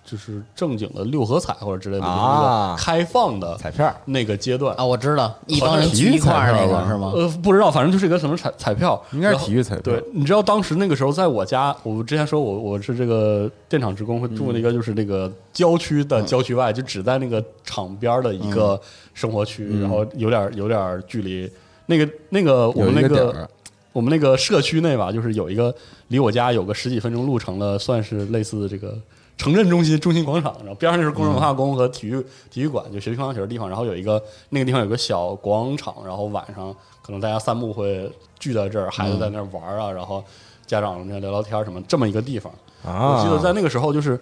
B: 就是正经的六合彩或者之类的，就是那
A: 啊
B: 个开放的
A: 彩票儿
B: 那个阶段
E: 啊，。我知道，一帮人聚一块儿那个是吗？
B: 呃，不知道，反正就是一个什么彩彩票，
F: 应该是
B: 然后
F: 体育彩票
B: 对，你知道当时那个时候，在我家，我之前说我我是这个电厂职工，会住
E: 嗯
B: 那个就是那个郊区的郊区外，就只在那个厂边儿的一
E: 嗯
B: 个生活区，然后有点有点距离。那个那个我
F: 有
B: 们
F: 一
B: 那
F: 个点
B: 个
F: 儿，
B: 我们那个社区内吧，就是有一个离我家有个十几分钟路程的，算是类似这个城镇中心中心广场，然后边上就是工人文化宫和体育、体育馆，就学区房小学的地方。然后有一个那个地方有个小广场，然后晚上可能大家散步会聚在这儿，孩子在那儿玩啊，然后家长在聊聊天什么，这么一个地方。
A: 啊，
B: 我记得在那个时候就是。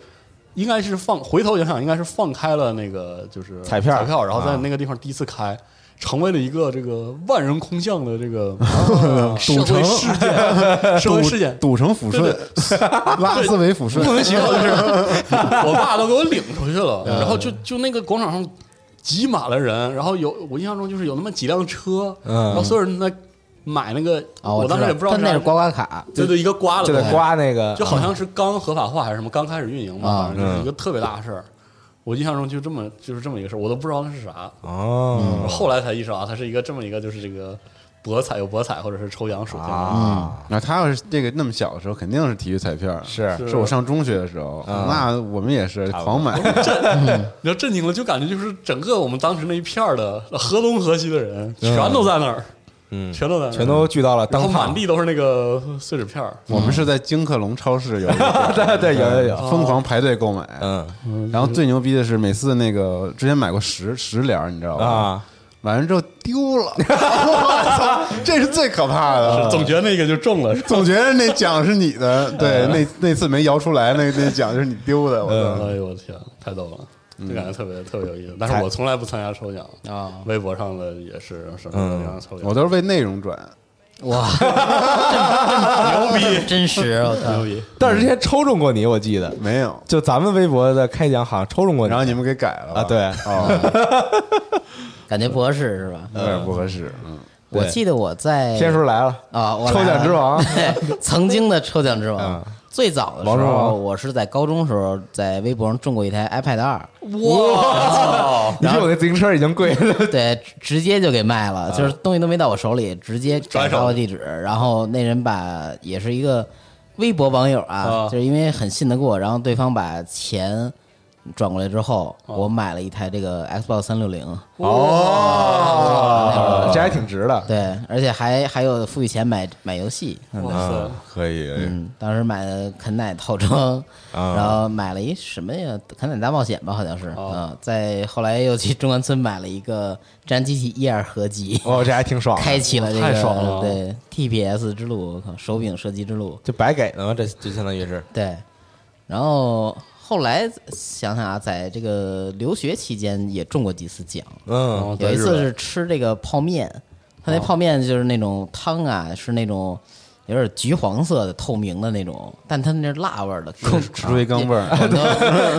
B: 应该是放回头想想，应该是放开了那个就是
A: 彩票
B: 彩票，然后在
A: 啊
B: 那个地方第一次开，成为了一个这个万人空巷的这个
A: 啊
E: 社会事
B: 件，社会事件，
F: 赌城抚顺， 拉斯维抚顺，
B: 莫名其妙就是我爸都给我领出去 了，
A: 嗯
B: 然后就就那个广场上挤满了人，然后有我印象中就是有那么几辆车，
A: 嗯
B: 然后所有人都在买那个，
E: 啊，
B: 我当时也不知道
E: 他那是
B: 啥
E: 刮刮卡，
B: 对对，一个刮了
A: 就得
B: 的
A: 刮那个，
B: 就好像是刚合法化还是什么，刚开始运营
E: 啊
B: 吧，反
A: 嗯
B: 正就是一个特别大的事儿。我印象中就这么就是这么一个事儿，我都不知道那是啥，
A: 哦
B: 我后来才意识到啊，它是一个这么一个就是这个博彩有博彩或者是抽奖属性的
A: 啊，
F: 那他要是这个那么小的时候，肯定是体育彩票。
A: 是
F: 是我上中学的时候，
A: 嗯
F: 那我们也是狂买。
B: 你要震惊了，就感觉就是整个我们当时那一片儿的河东河西的人，全都在那儿，
A: 嗯，
B: 全都在那儿，
A: 全都聚到了
B: 然后
A: 当
B: 满
A: 场，
B: 地都是那个碎纸片儿。
F: 我们是在京客隆超市有一个
A: 对 对有有有，
F: 疯狂排队购买，
A: 哎嗯
F: 然后最牛逼的是每次那个之前买过十十联儿，你知道吧？
A: 啊，
F: 买完之后丢了，我操，这是最可怕
A: 啊
F: 的。
B: 是总觉得那个就中了，是吧
F: 总觉得那奖是你
A: 嗯
B: 嗯
F: 的，对，那那次没摇出来，那那奖就是你丢的。我操，
B: 哎呦我的天，太逗了！就感觉特别特别有意思。但是我从来不参加抽奖，
E: 啊！
B: 微博上的也是什
A: 嗯
B: 么样抽奖，
F: 我都是为内容转，
E: 哇， 真牛逼，真实！我操，
B: 牛逼，
A: 但是之前抽中过你，我记得，
F: 没有，
A: 就咱们微博的开奖好像抽中过你，
F: 然后你们给改了吧
A: 啊对
F: 哦，
E: 感觉不合适是吧？
F: 有点不合适，嗯，
E: 我
A: 对
E: 记得我在
A: 天叔来了，
E: 啊，我
A: 抽
E: 来
A: 奖
E: 了
A: 之王
E: 对， 曾经的抽奖之王
A: 嗯。
E: 最早的时
A: 王之
E: 候，
A: 王
E: 我是在高中时候在微博上中过一台 iPad 二，
A: 你说我那自行车已经贵 了，
E: 对，直接就给卖
A: 啊
E: 了，就是东西都没到我手里，直接改到了地址。然后那人把也是一个微博网友啊，
B: 啊
E: 就是因为很信得过，然后对方把钱转过来之后，
A: 啊
E: 我买了一台这个 Xbox 三六零，
A: 哦，这还挺值的，
E: 对，而且还还有付一钱买买游戏，嗯
B: 哇塞，
F: 啊可以，啊
E: 嗯，当时买的肯奶套装，然后买了一什么呀？肯奶大冒险吧，好像是，
B: 哦
E: 嗯，再后来又去中关村买了一个《战机器》一二合集。
A: 哦，这还挺爽的，
E: 开启了这个
B: 太爽了
E: 对 TPS 之路，我靠，手柄射击之路，
A: 就白给的嘛，这就相当于是，
E: 对。然后后来想想啊，在这个留学期间也中过几次奖，
A: 嗯，
E: 有一次是吃这个泡面，他那泡面就是那种汤啊，是那种。有点橘黄色的、透明的那种，但它那是辣味儿的，更
F: 吃出一缸味儿
E: 很多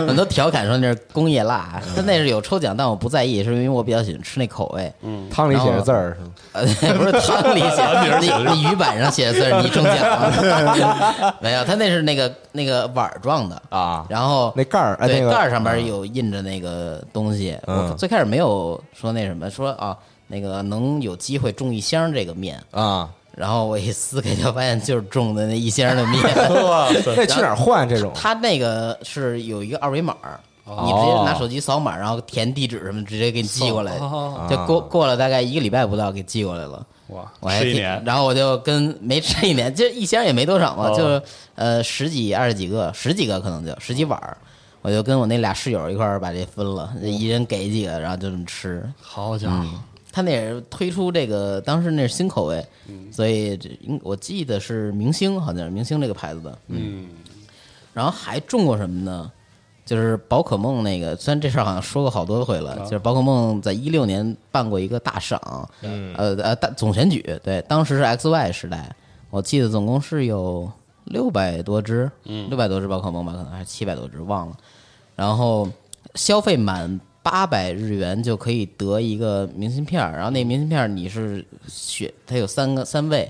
E: 很多调侃说那是工业辣，但那是有抽奖，但我不在意，是因为我比较喜欢吃那口味。
A: 汤里写着字儿是吗？
E: 呃，不是汤里 写，啊你你鱼板上写的字儿，你中奖了。 没有，他那是那个那个碗儿状的，
A: 啊，
E: 然后
A: 那盖儿哎
E: 对
A: 那个
E: 盖儿上边有印着那个东西。
A: 嗯
E: 我最开始没有说那什么，说啊那个能有机会中一箱这个面，
A: 啊，
E: 然后我一撕开就发现就是中的那一箱的 面。
A: 那去哪儿换这种？
E: 他那个是有一个二维码儿，
B: 哦
E: 你直接拿手机扫码，然后填地址什么，直接给你寄过来
B: 扫哦，
E: 就过过了大概一个礼拜不到，给寄过来了。
B: 哇
E: 我，还
B: 吃一
E: 挺
B: 年，
E: 然后我就跟没吃一年，就一箱也没多少嘛，
B: 哦
E: 就是呃十几二十几个，十几个可能就十几碗儿，我就跟我那俩室友一块儿把这分了，一人给几个，然后就这么吃。
B: 好家伙，
E: 他那也是推出这个，当时那是新口味，
B: 嗯
E: 所以这应我记得是明星，好像是明星这个牌子的，
B: 嗯，
E: 然后还中过什么呢？就是宝可梦那个，虽然这事儿好像说过好多回了，就是宝可梦在一六年办过一个大赏，呃呃大总选举，对，当时是 XY 时代，我记得总共是有六百多只，六百多只宝可梦吧，可能还是七百多只，忘了。然后消费满八百日元就可以得一个明信片儿，然后那明信片儿你是选，它有三个三位，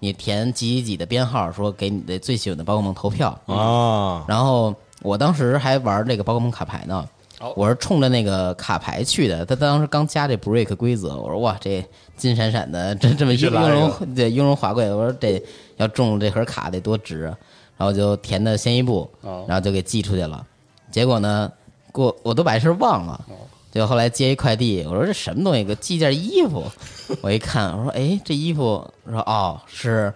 E: 你填几几几的编号，说给你的最喜欢的宝可梦投票，
A: 啊，
E: 然后我当时还玩这个宝可梦卡牌呢
B: 哦，
E: 我是冲着那个卡牌去的。他当时刚加这 break 规则，我说哇，这金闪闪的，这这么
B: 须
E: 雍
B: 来一个
E: 容对雍容华贵，我说这要中这盒卡得多值啊。然后就填的先一步，
B: 哦
E: 然后就给寄出去了。结果呢，过我都把这事儿忘了。就后来接一快递，我说这什么东西？给我寄件衣服。我一看，我说哎，这衣服，我说哦，是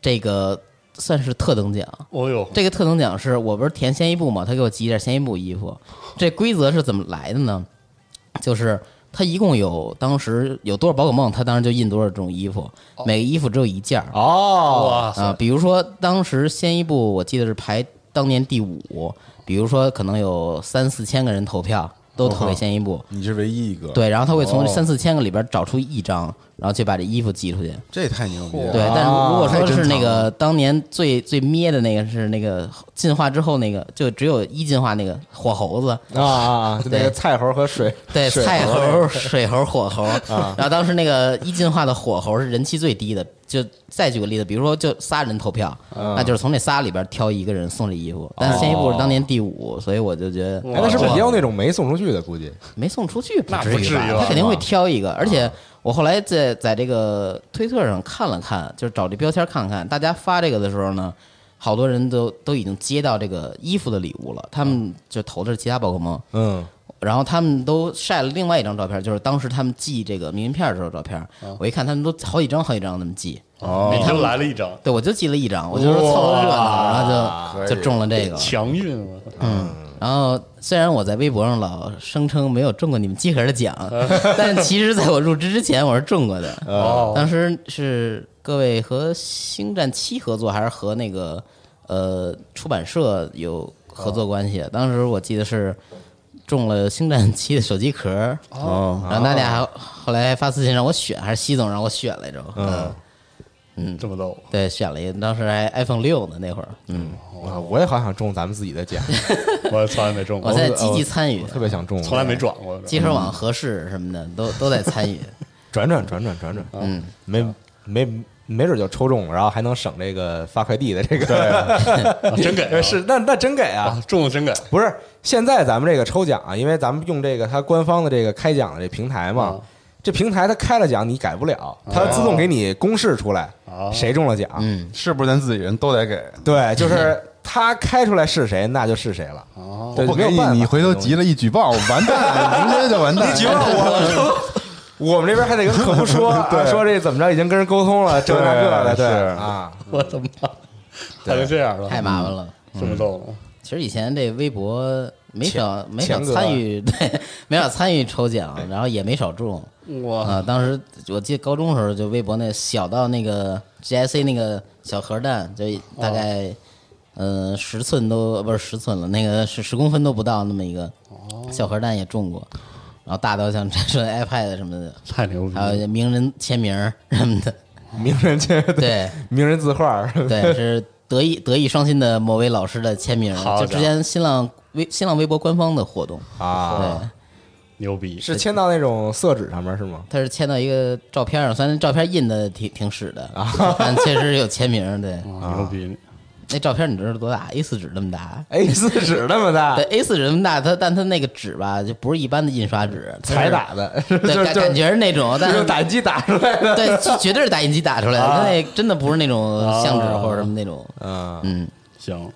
E: 这个算是特等奖。
B: 哦呦，
E: 这个特等奖是我不是填先一步嘛，他给我寄一件先一步衣服。这规则是怎么来的呢？就是他一共有当时有多少宝可梦，他当时就印多少种衣服，每个衣服只有一件儿
A: 哦，
B: 哇
E: 啊。
B: 塞，
E: 比如说当时先一步，我记得是排当年第五，比如说可能有三四千个人投票，都投给先一步。
F: 你是唯一一个，，
E: 对，然后他会从
F: 哦
E: 三四千个里边找出一张，然后去把这衣服寄出去。
F: 这太牛逼了，
E: 对，但
A: 啊
E: 如果
F: 太
E: 说
F: 珍
E: 是那
F: 藏
E: 个当年最最咩的那个是那个进化之后那个，就只有一进化那个火猴子，
A: 啊啊啊！就那个
E: 对
A: 菜猴和水，
E: 对，
A: 水
E: 菜
A: 猴啊
E: 猴、水猴、火猴。然后当时那个一进化的火猴是人气最低的，就再举个例子，比如说就仨人投票，
A: 嗯
E: 那就是从这仨里边挑一个人送这衣服。
A: 哦
E: 但是先一步是当年第五，所以我就觉得
A: 哎，那是不是也有那种没送出去的？估计
E: 没送出去，不
B: 那
E: 至
B: 不至于
E: 吧？
B: 吧啊
E: 他肯定会挑一个，而且我后来在在这个推特上看了看，就是找这标签看看，大家发这个的时候呢，好多人都都已经接到这个衣服的礼物了，他
B: 嗯
E: 们就投的是其他宝可梦，
A: 嗯，
E: 然后他们都晒了另外一张照片，就是当时他们寄这个明信片的时候照片，
B: 啊
E: 我一看他们都好几张好几张那么寄，
B: 你
E: 嗯
B: 就来了一张，
E: 对我就寄了一张，我就说凑个热闹，然后
F: 可以
E: 就就中了这个，
B: 强运，啊我操
E: 嗯然后虽然我在微博上老声称没有中过你们集合的奖， 但其实在我入职之前我是中过的。
B: 哦，
E: 当时是各位和《星战七》合作，还是和那个呃出版社有合作关系？当时我记得是。中了《星战七》的手机壳，
F: 哦，
E: 然后娜姐还后来还发私信让我选，还是西总让我选来着。
A: 嗯，
B: 这么逗，
E: 对，选了一个，当时还 iPhone 六呢，那会儿，嗯，
A: 我我也好想中咱们自己的 奖，
B: 我从来没中
E: 我
B: 过，
E: 在积极参与
A: 我，特别想中，
B: 从来没转过。
E: 集合网合适什么的都都在参与，
A: 转转转转转转，
E: 嗯，
A: 没没没准就抽中了，然后还能省这个发快递的这个，
B: 啊真 给 啊
A: 是那那真给 啊，
B: 啊，中了真给，
A: 不是，现在咱们这个抽奖啊，因为咱们用这个它官方的这个开奖的这平台
E: 啊
A: 嘛，
B: 嗯
A: 这平台它开了奖你改不了，它自动给你公示出来、
B: 哦
A: 谁中了奖。
E: 嗯，
F: 是不是咱自己人都得给？
A: 对，就是它开出来是谁，那就是谁了。
E: 啊
A: 哦对，
F: 不给
A: 没有
F: 你
A: 办，法
F: 你回头急了一举报，完蛋，明天就完蛋。
A: 急了我。我们这边还得跟客服说， 啊
F: 对
A: 说这怎么着已经跟人沟通了，这那个的，
F: 对
A: 对
F: 是
A: 啊，
B: 我的妈，还能这样了，
E: 太麻烦了。嗯
B: 这么逗了。
E: 其实以前这微博没少没少
A: 钱哥
E: 参与， 对，没少参与抽奖， 然后也没少中。
B: 哇，
E: 啊，当时我记得高中的时候，就微博那小到那个 GIC 那个小核弹，就大概、
B: 哦
E: 呃十寸都呃不是十寸了，那个是十公分都不到那么一个
B: 哦
E: 小核弹也中过，然后大到像这说 iPad 什么的，
B: 太牛逼！
E: 还
B: 了！
E: 有名人签名儿什么的，
A: 名人这
E: 对
A: 名人字画，
E: 对，是德艺德艺双馨的某位老师的签名儿，
B: 好
E: 就
B: 家
E: 之
B: 伙
E: 前新浪微新浪微博官方的活动，
A: 啊，
E: 对，
B: 牛逼！
A: 是签到那种色纸上面是吗？
E: 他是签到一个照片上，虽然照片印的挺挺屎的，
A: 啊
E: 但确实有签名儿，对。
B: 啊牛逼！
E: 那照片你知道多大？A 四纸那么大。
A: A 哎 四纸那么大，
E: 对 A 四纸那么大，它但它那个纸吧，就不是一般的印刷纸，它是
A: 彩，打的，
E: 对，
A: 就
E: 感
A: 就
E: 感觉是那 种，但
A: 是
E: 是
A: 用打啊印机打出来的。
E: 对，就绝对是打印机打出来的，它那真的不是那种
A: 啊
E: 相纸或者什么那种，
A: 嗯，
E: 嗯，
B: 行，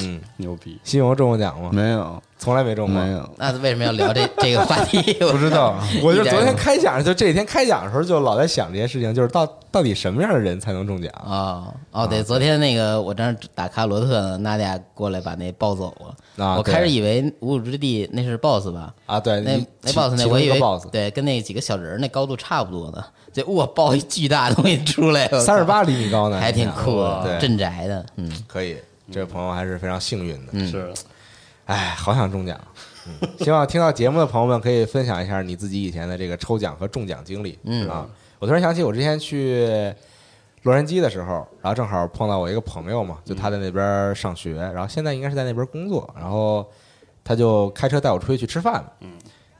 A: 嗯，
B: 牛逼！
A: 西蒙中过奖吗？
F: 没有，
A: 从来没中过。
F: 没，有，
E: 那为什么要聊这这个话题？
F: 不知道。
A: 我就
E: 一点
A: 昨
E: 儿
A: 天开奖，就这几天开奖的时候，就老在想这件事情，就是到到底什么样的人才能中奖？
E: 哦
A: 啊
E: 哦，对，昨天那个我正打卡罗特呢，娜迪亚过来把那抱走
A: 啊
E: 了，我开
A: 对
E: 始以为无主之地那是 BOSS 吧，
A: 啊，对，
E: 那
A: 一
E: 那
A: 其
E: boss
A: 其
E: 那
A: 中
E: 我以
A: 一个
E: 为
A: boss，
E: 对，跟那几个小人儿那高度差不多呢，这哇爆一巨大的东西出来，我靠
A: 三十八厘米高呢，
E: 还挺酷
A: 哇
E: 的，
A: 对，
E: 镇宅的，嗯，
A: 可以。这位朋友还是非常幸运的，
B: 是
A: 哎，好想中奖。嗯 希望听到节目的朋友们可以分享一下你自己以前的这个抽奖和中奖经历。
E: 嗯
A: 啊，我突然想起我之前去洛杉矶的时候，然后正好碰到我一个朋友嘛，就他在那边上学，然后现在应该是在那边工作，然后他就开车带我出去去吃饭。嗯，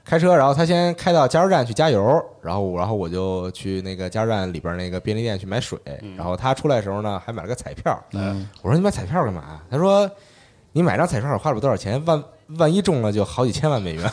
A: 开车，然后他先开到加油站去加油，然后然后我就去那个加油站里边那个便利店去买水，然后他出来的时候呢，还买了个彩票。嗯，我说你买彩票干嘛？他说。你买张彩票花不了多少钱，万万一中了就好几千万美 元。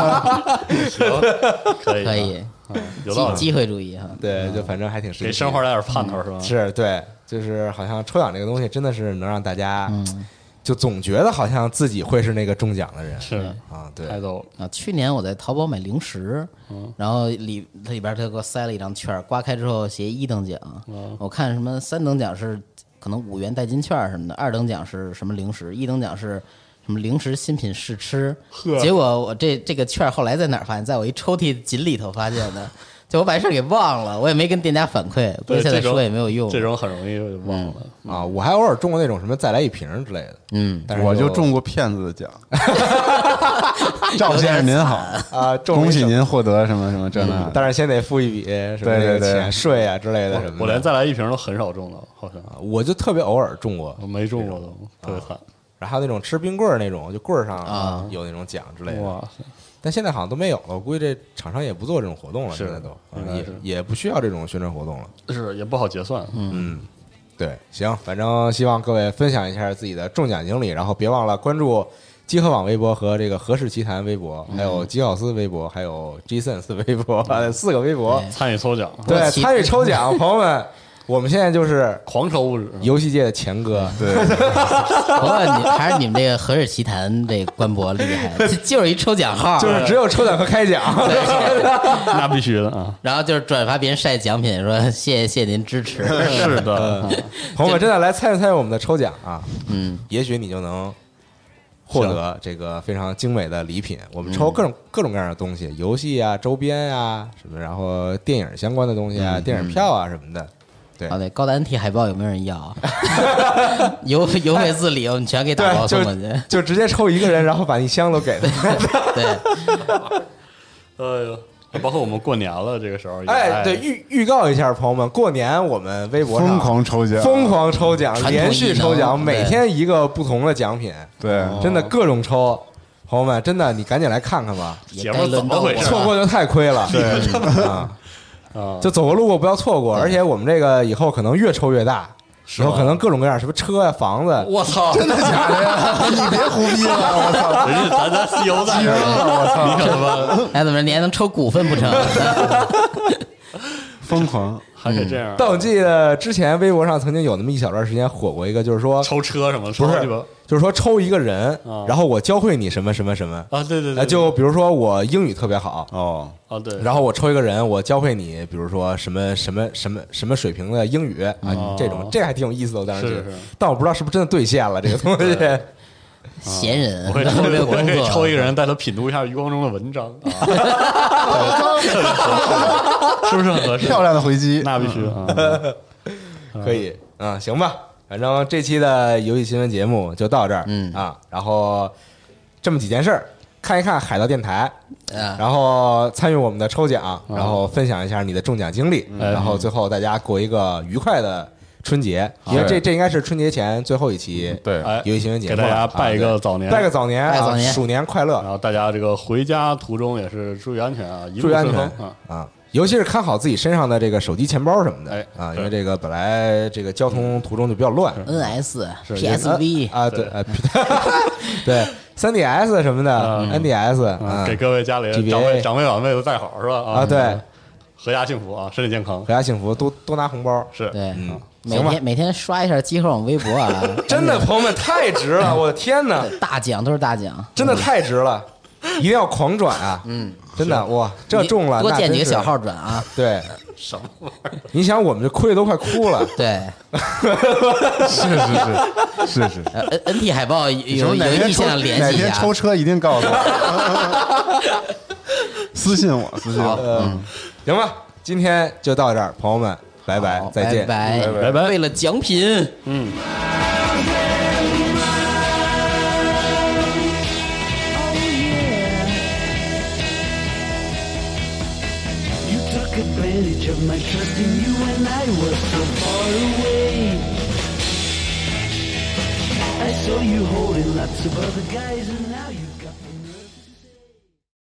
B: 可以
E: 可
B: 可，
E: 以，
B: 啊有道
E: 机
B: 理。
E: 机会主义哈，
F: 嗯
A: 对，就反正还挺实
B: 给
A: 际。
B: 生活来点盼头是
E: 嗯
B: 吧？
A: 是对，就是好像抽奖这个东西真的是能让大家，
F: 嗯
A: 就总觉得好像自己会是那个中奖的人
B: 是，
A: 啊。对，
B: 太逗了！
E: 啊，去年我在淘宝买零食，
B: 嗯
E: 然后里它里边它给我塞了一张券儿，刮开之后写一等奖，
B: 嗯
E: 我看什么三等奖是可能五元代金券儿什么的，二等奖是什么零食，一等奖是什么零食新品试吃。结果我这这个券儿后来在哪儿发现，在我一抽屉锦里头发现的，就我把事儿给忘了，我也没跟店家反馈，估计
B: 对
E: 现在
B: 这种
E: 说也没有用。
B: 这种很容易忘了。
F: 嗯
A: 啊，我还偶尔中过那种什么再来一瓶之类的，
E: 嗯，
A: 但是
F: 我
A: 就
F: 就中过骗子的 奖。赵先生您 好，
A: 啊，中了
F: 恭
A: 一
F: 喜
A: 整，嗯
F: 您获得什么什么这那的。
A: 但是先得付一笔什么
F: 对对
A: 那个
F: 对
A: 钱税啊之类的什么的。
B: 我连再来一瓶都很少中了，好像
A: 啊我就特别偶尔中过，
F: 嗯
B: 我没中过都，
A: 啊
B: 特别惨。
A: 然后那种吃冰棍儿那种，就棍儿
E: 啊
A: 上有那种奖之类的。
B: 哇塞，
A: 但现在好像都没有了，我估计这厂商也不做这种活动了，
B: 是
A: 现在都
B: 应该
A: 也
B: 是
A: 也不需要这种宣传活动了。
B: 是也不好结算。
A: 嗯，对，行，反正希望各位分享一下自己的中奖经历，然后别忘了关注集合网微博和这个何氏奇谈微博，还有吉奥斯微博，还有 Jason 四微博，四个微博。
B: 参与抽奖，
A: 对，
E: 期
A: 参与抽奖，朋友们，我们现在就是
B: 狂抽不止。
A: 游戏界的钱哥，
F: 对，
E: 不过你还是你们这个《何氏奇谈》这官博厉害， 就就是一抽奖号，
A: 就是只有抽奖和开奖。
B: 那必须 的啊！
E: 然后就是转发别人晒奖品，说 谢谢谢谢您支持。
B: 是的，
A: 朋友们，真的来参与参与我们的抽奖啊！
E: 嗯，
A: 也许你就能获得这个非常精美的礼品。我们抽各种各种各样的东西，嗯游戏啊、周边啊什么，然后电影相关的东西啊、电影票啊什么的。
F: 对
E: 啊，对，高达 NT 海报有没有人要 啊？邮邮费自理，我们全给打包
A: 对，
E: 送过去。
A: 就就直接抽一个人，然后把一箱都给 他。
E: 对，
B: 哎呦，包括我们过年了，这个时候也
A: 哎，对，，预预告一下，朋友们，过年我们微博上
F: 疯狂抽奖，
A: 疯狂抽奖，
E: 传统
A: 连续抽
E: 异
A: 奖，
E: 能
A: 每
E: 对
A: 天一个不同的奖品，
F: 对，
A: 真的各种抽。朋友们，真的，你赶紧来看看吧，
E: 也
B: 节
E: 该
B: 目怎
E: 轮到
B: 么
E: 我
B: 回事啊
A: 错
E: 了。
A: 过就太亏了。对啊，
B: 啊，
A: 就走过路过不要错过，而且我们这个以后可能越抽越大，以后可能各种各样什么车呀、房子，
E: 我操！
F: 真的假的呀？啊你别胡逼了，我操！
B: 人家咱咱西游在
F: 惊
B: 这儿呢，
F: 了，我操！
B: 你可他
A: 嗯
B: 妈
E: 哎，怎么着？你还能抽股份不成？
F: 疯狂，
B: 还得这样啊
A: 但我记得之前微博上曾经有那么一小段时间火过一个，就是说，
B: 抽车什么的，
A: 不
B: 抽鸡
A: 是
B: 巴，
A: 就是说抽一个人
B: 啊，
A: 然后我教会你什么什么什么。
B: 啊，对对
A: 哎，
B: 对，
A: 就比如说我英语特别好，
F: 哦，
B: 啊对，
A: 然后我抽一个人，我教会你，比如说什么什么什么什么水平的英语啊，你这种这还挺有意思的。我当时觉得
B: 哦是是
A: 但我不知道是不是真的兑现了这个东西。
E: 闲人，
B: 我会抽
E: 没有
B: 我
E: 工
B: 会
E: 作，
B: 抽一个人带他品读一下余光中的文章，啊是不是很 合适？
F: 漂亮的回击，
B: 那必须
A: 嗯
B: 啊！
A: 可以，啊，行吧，反正这期的游戏新闻节目就到这儿，
E: 嗯
A: 啊，然后这么几件事儿，看一看海盗电台，
B: 嗯
E: 啊
A: 然后参与我们的抽奖，然后分享一下你的中奖经历，
B: 哎
A: 然后最后大家过一个愉快的春节，因为这这应该是春节前最后一期
F: 对，
B: 哎，
A: 游戏新闻节
B: 给
A: 目
B: 大
A: 了，
B: 家
A: 啊
B: 拜一个早
A: 对
B: 年，
A: 拜个早年，
E: 拜个早
A: 啊
E: 年
A: 鼠年快乐
B: 然，后大家这个回家途中也是注意安全啊，一
A: 注
B: 路
A: 意安
B: 顺风
A: 全
B: 啊！
A: 啊。尤其是看好自己身上的这个手机、钱包什么的
B: 哎
A: 啊，
B: 对
A: 因为这个本来这个交通途中就比较乱，
E: NS、
B: 是
E: PSV，
A: 啊，对，呃 对，三 DS 什么的
B: 嗯
A: ，NDS
B: 啊
A: 啊，
B: 给嗯各位家里
A: GBA
B: 长辈、长辈晚辈都带好是吧？
A: 啊，对，，
B: 阖家幸福啊，身体健康
A: 阖家幸福，多多拿红包。
B: 是。
E: 对，
A: 嗯
E: 每
A: 行吧
E: 天每天刷一下机会网微博啊，哎
A: 真的，朋友们太值 了！我的天哪，
E: 大奖都是大奖。
A: 真的太值 了，一定要狂转啊！嗯，真的哇，这
E: 你
A: 中了，
E: 多
A: 那
E: 建
A: 真
E: 几个
A: 是
E: 小。号转啊！
A: 对，什么玩意儿？你想，我们这亏的都快哭了。
E: 对
F: 是是是是是。
E: 呃，N N T 海报
F: 你
E: 有
F: 说
E: 有
F: 哪天
E: 意
F: 抽
E: 向联
F: 哪
E: 系一
F: 天
E: 下啊
F: 抽。车一定告诉我， 私信我，私信我。
A: 嗯，行吧，今天就到这儿，朋友们，拜拜
E: 好，
A: 再见。
E: 拜
B: 拜拜
E: 为了奖品。
C: You took advantage of my trust in you and I was so far away. I saw you holding lots of other guys and now you've got the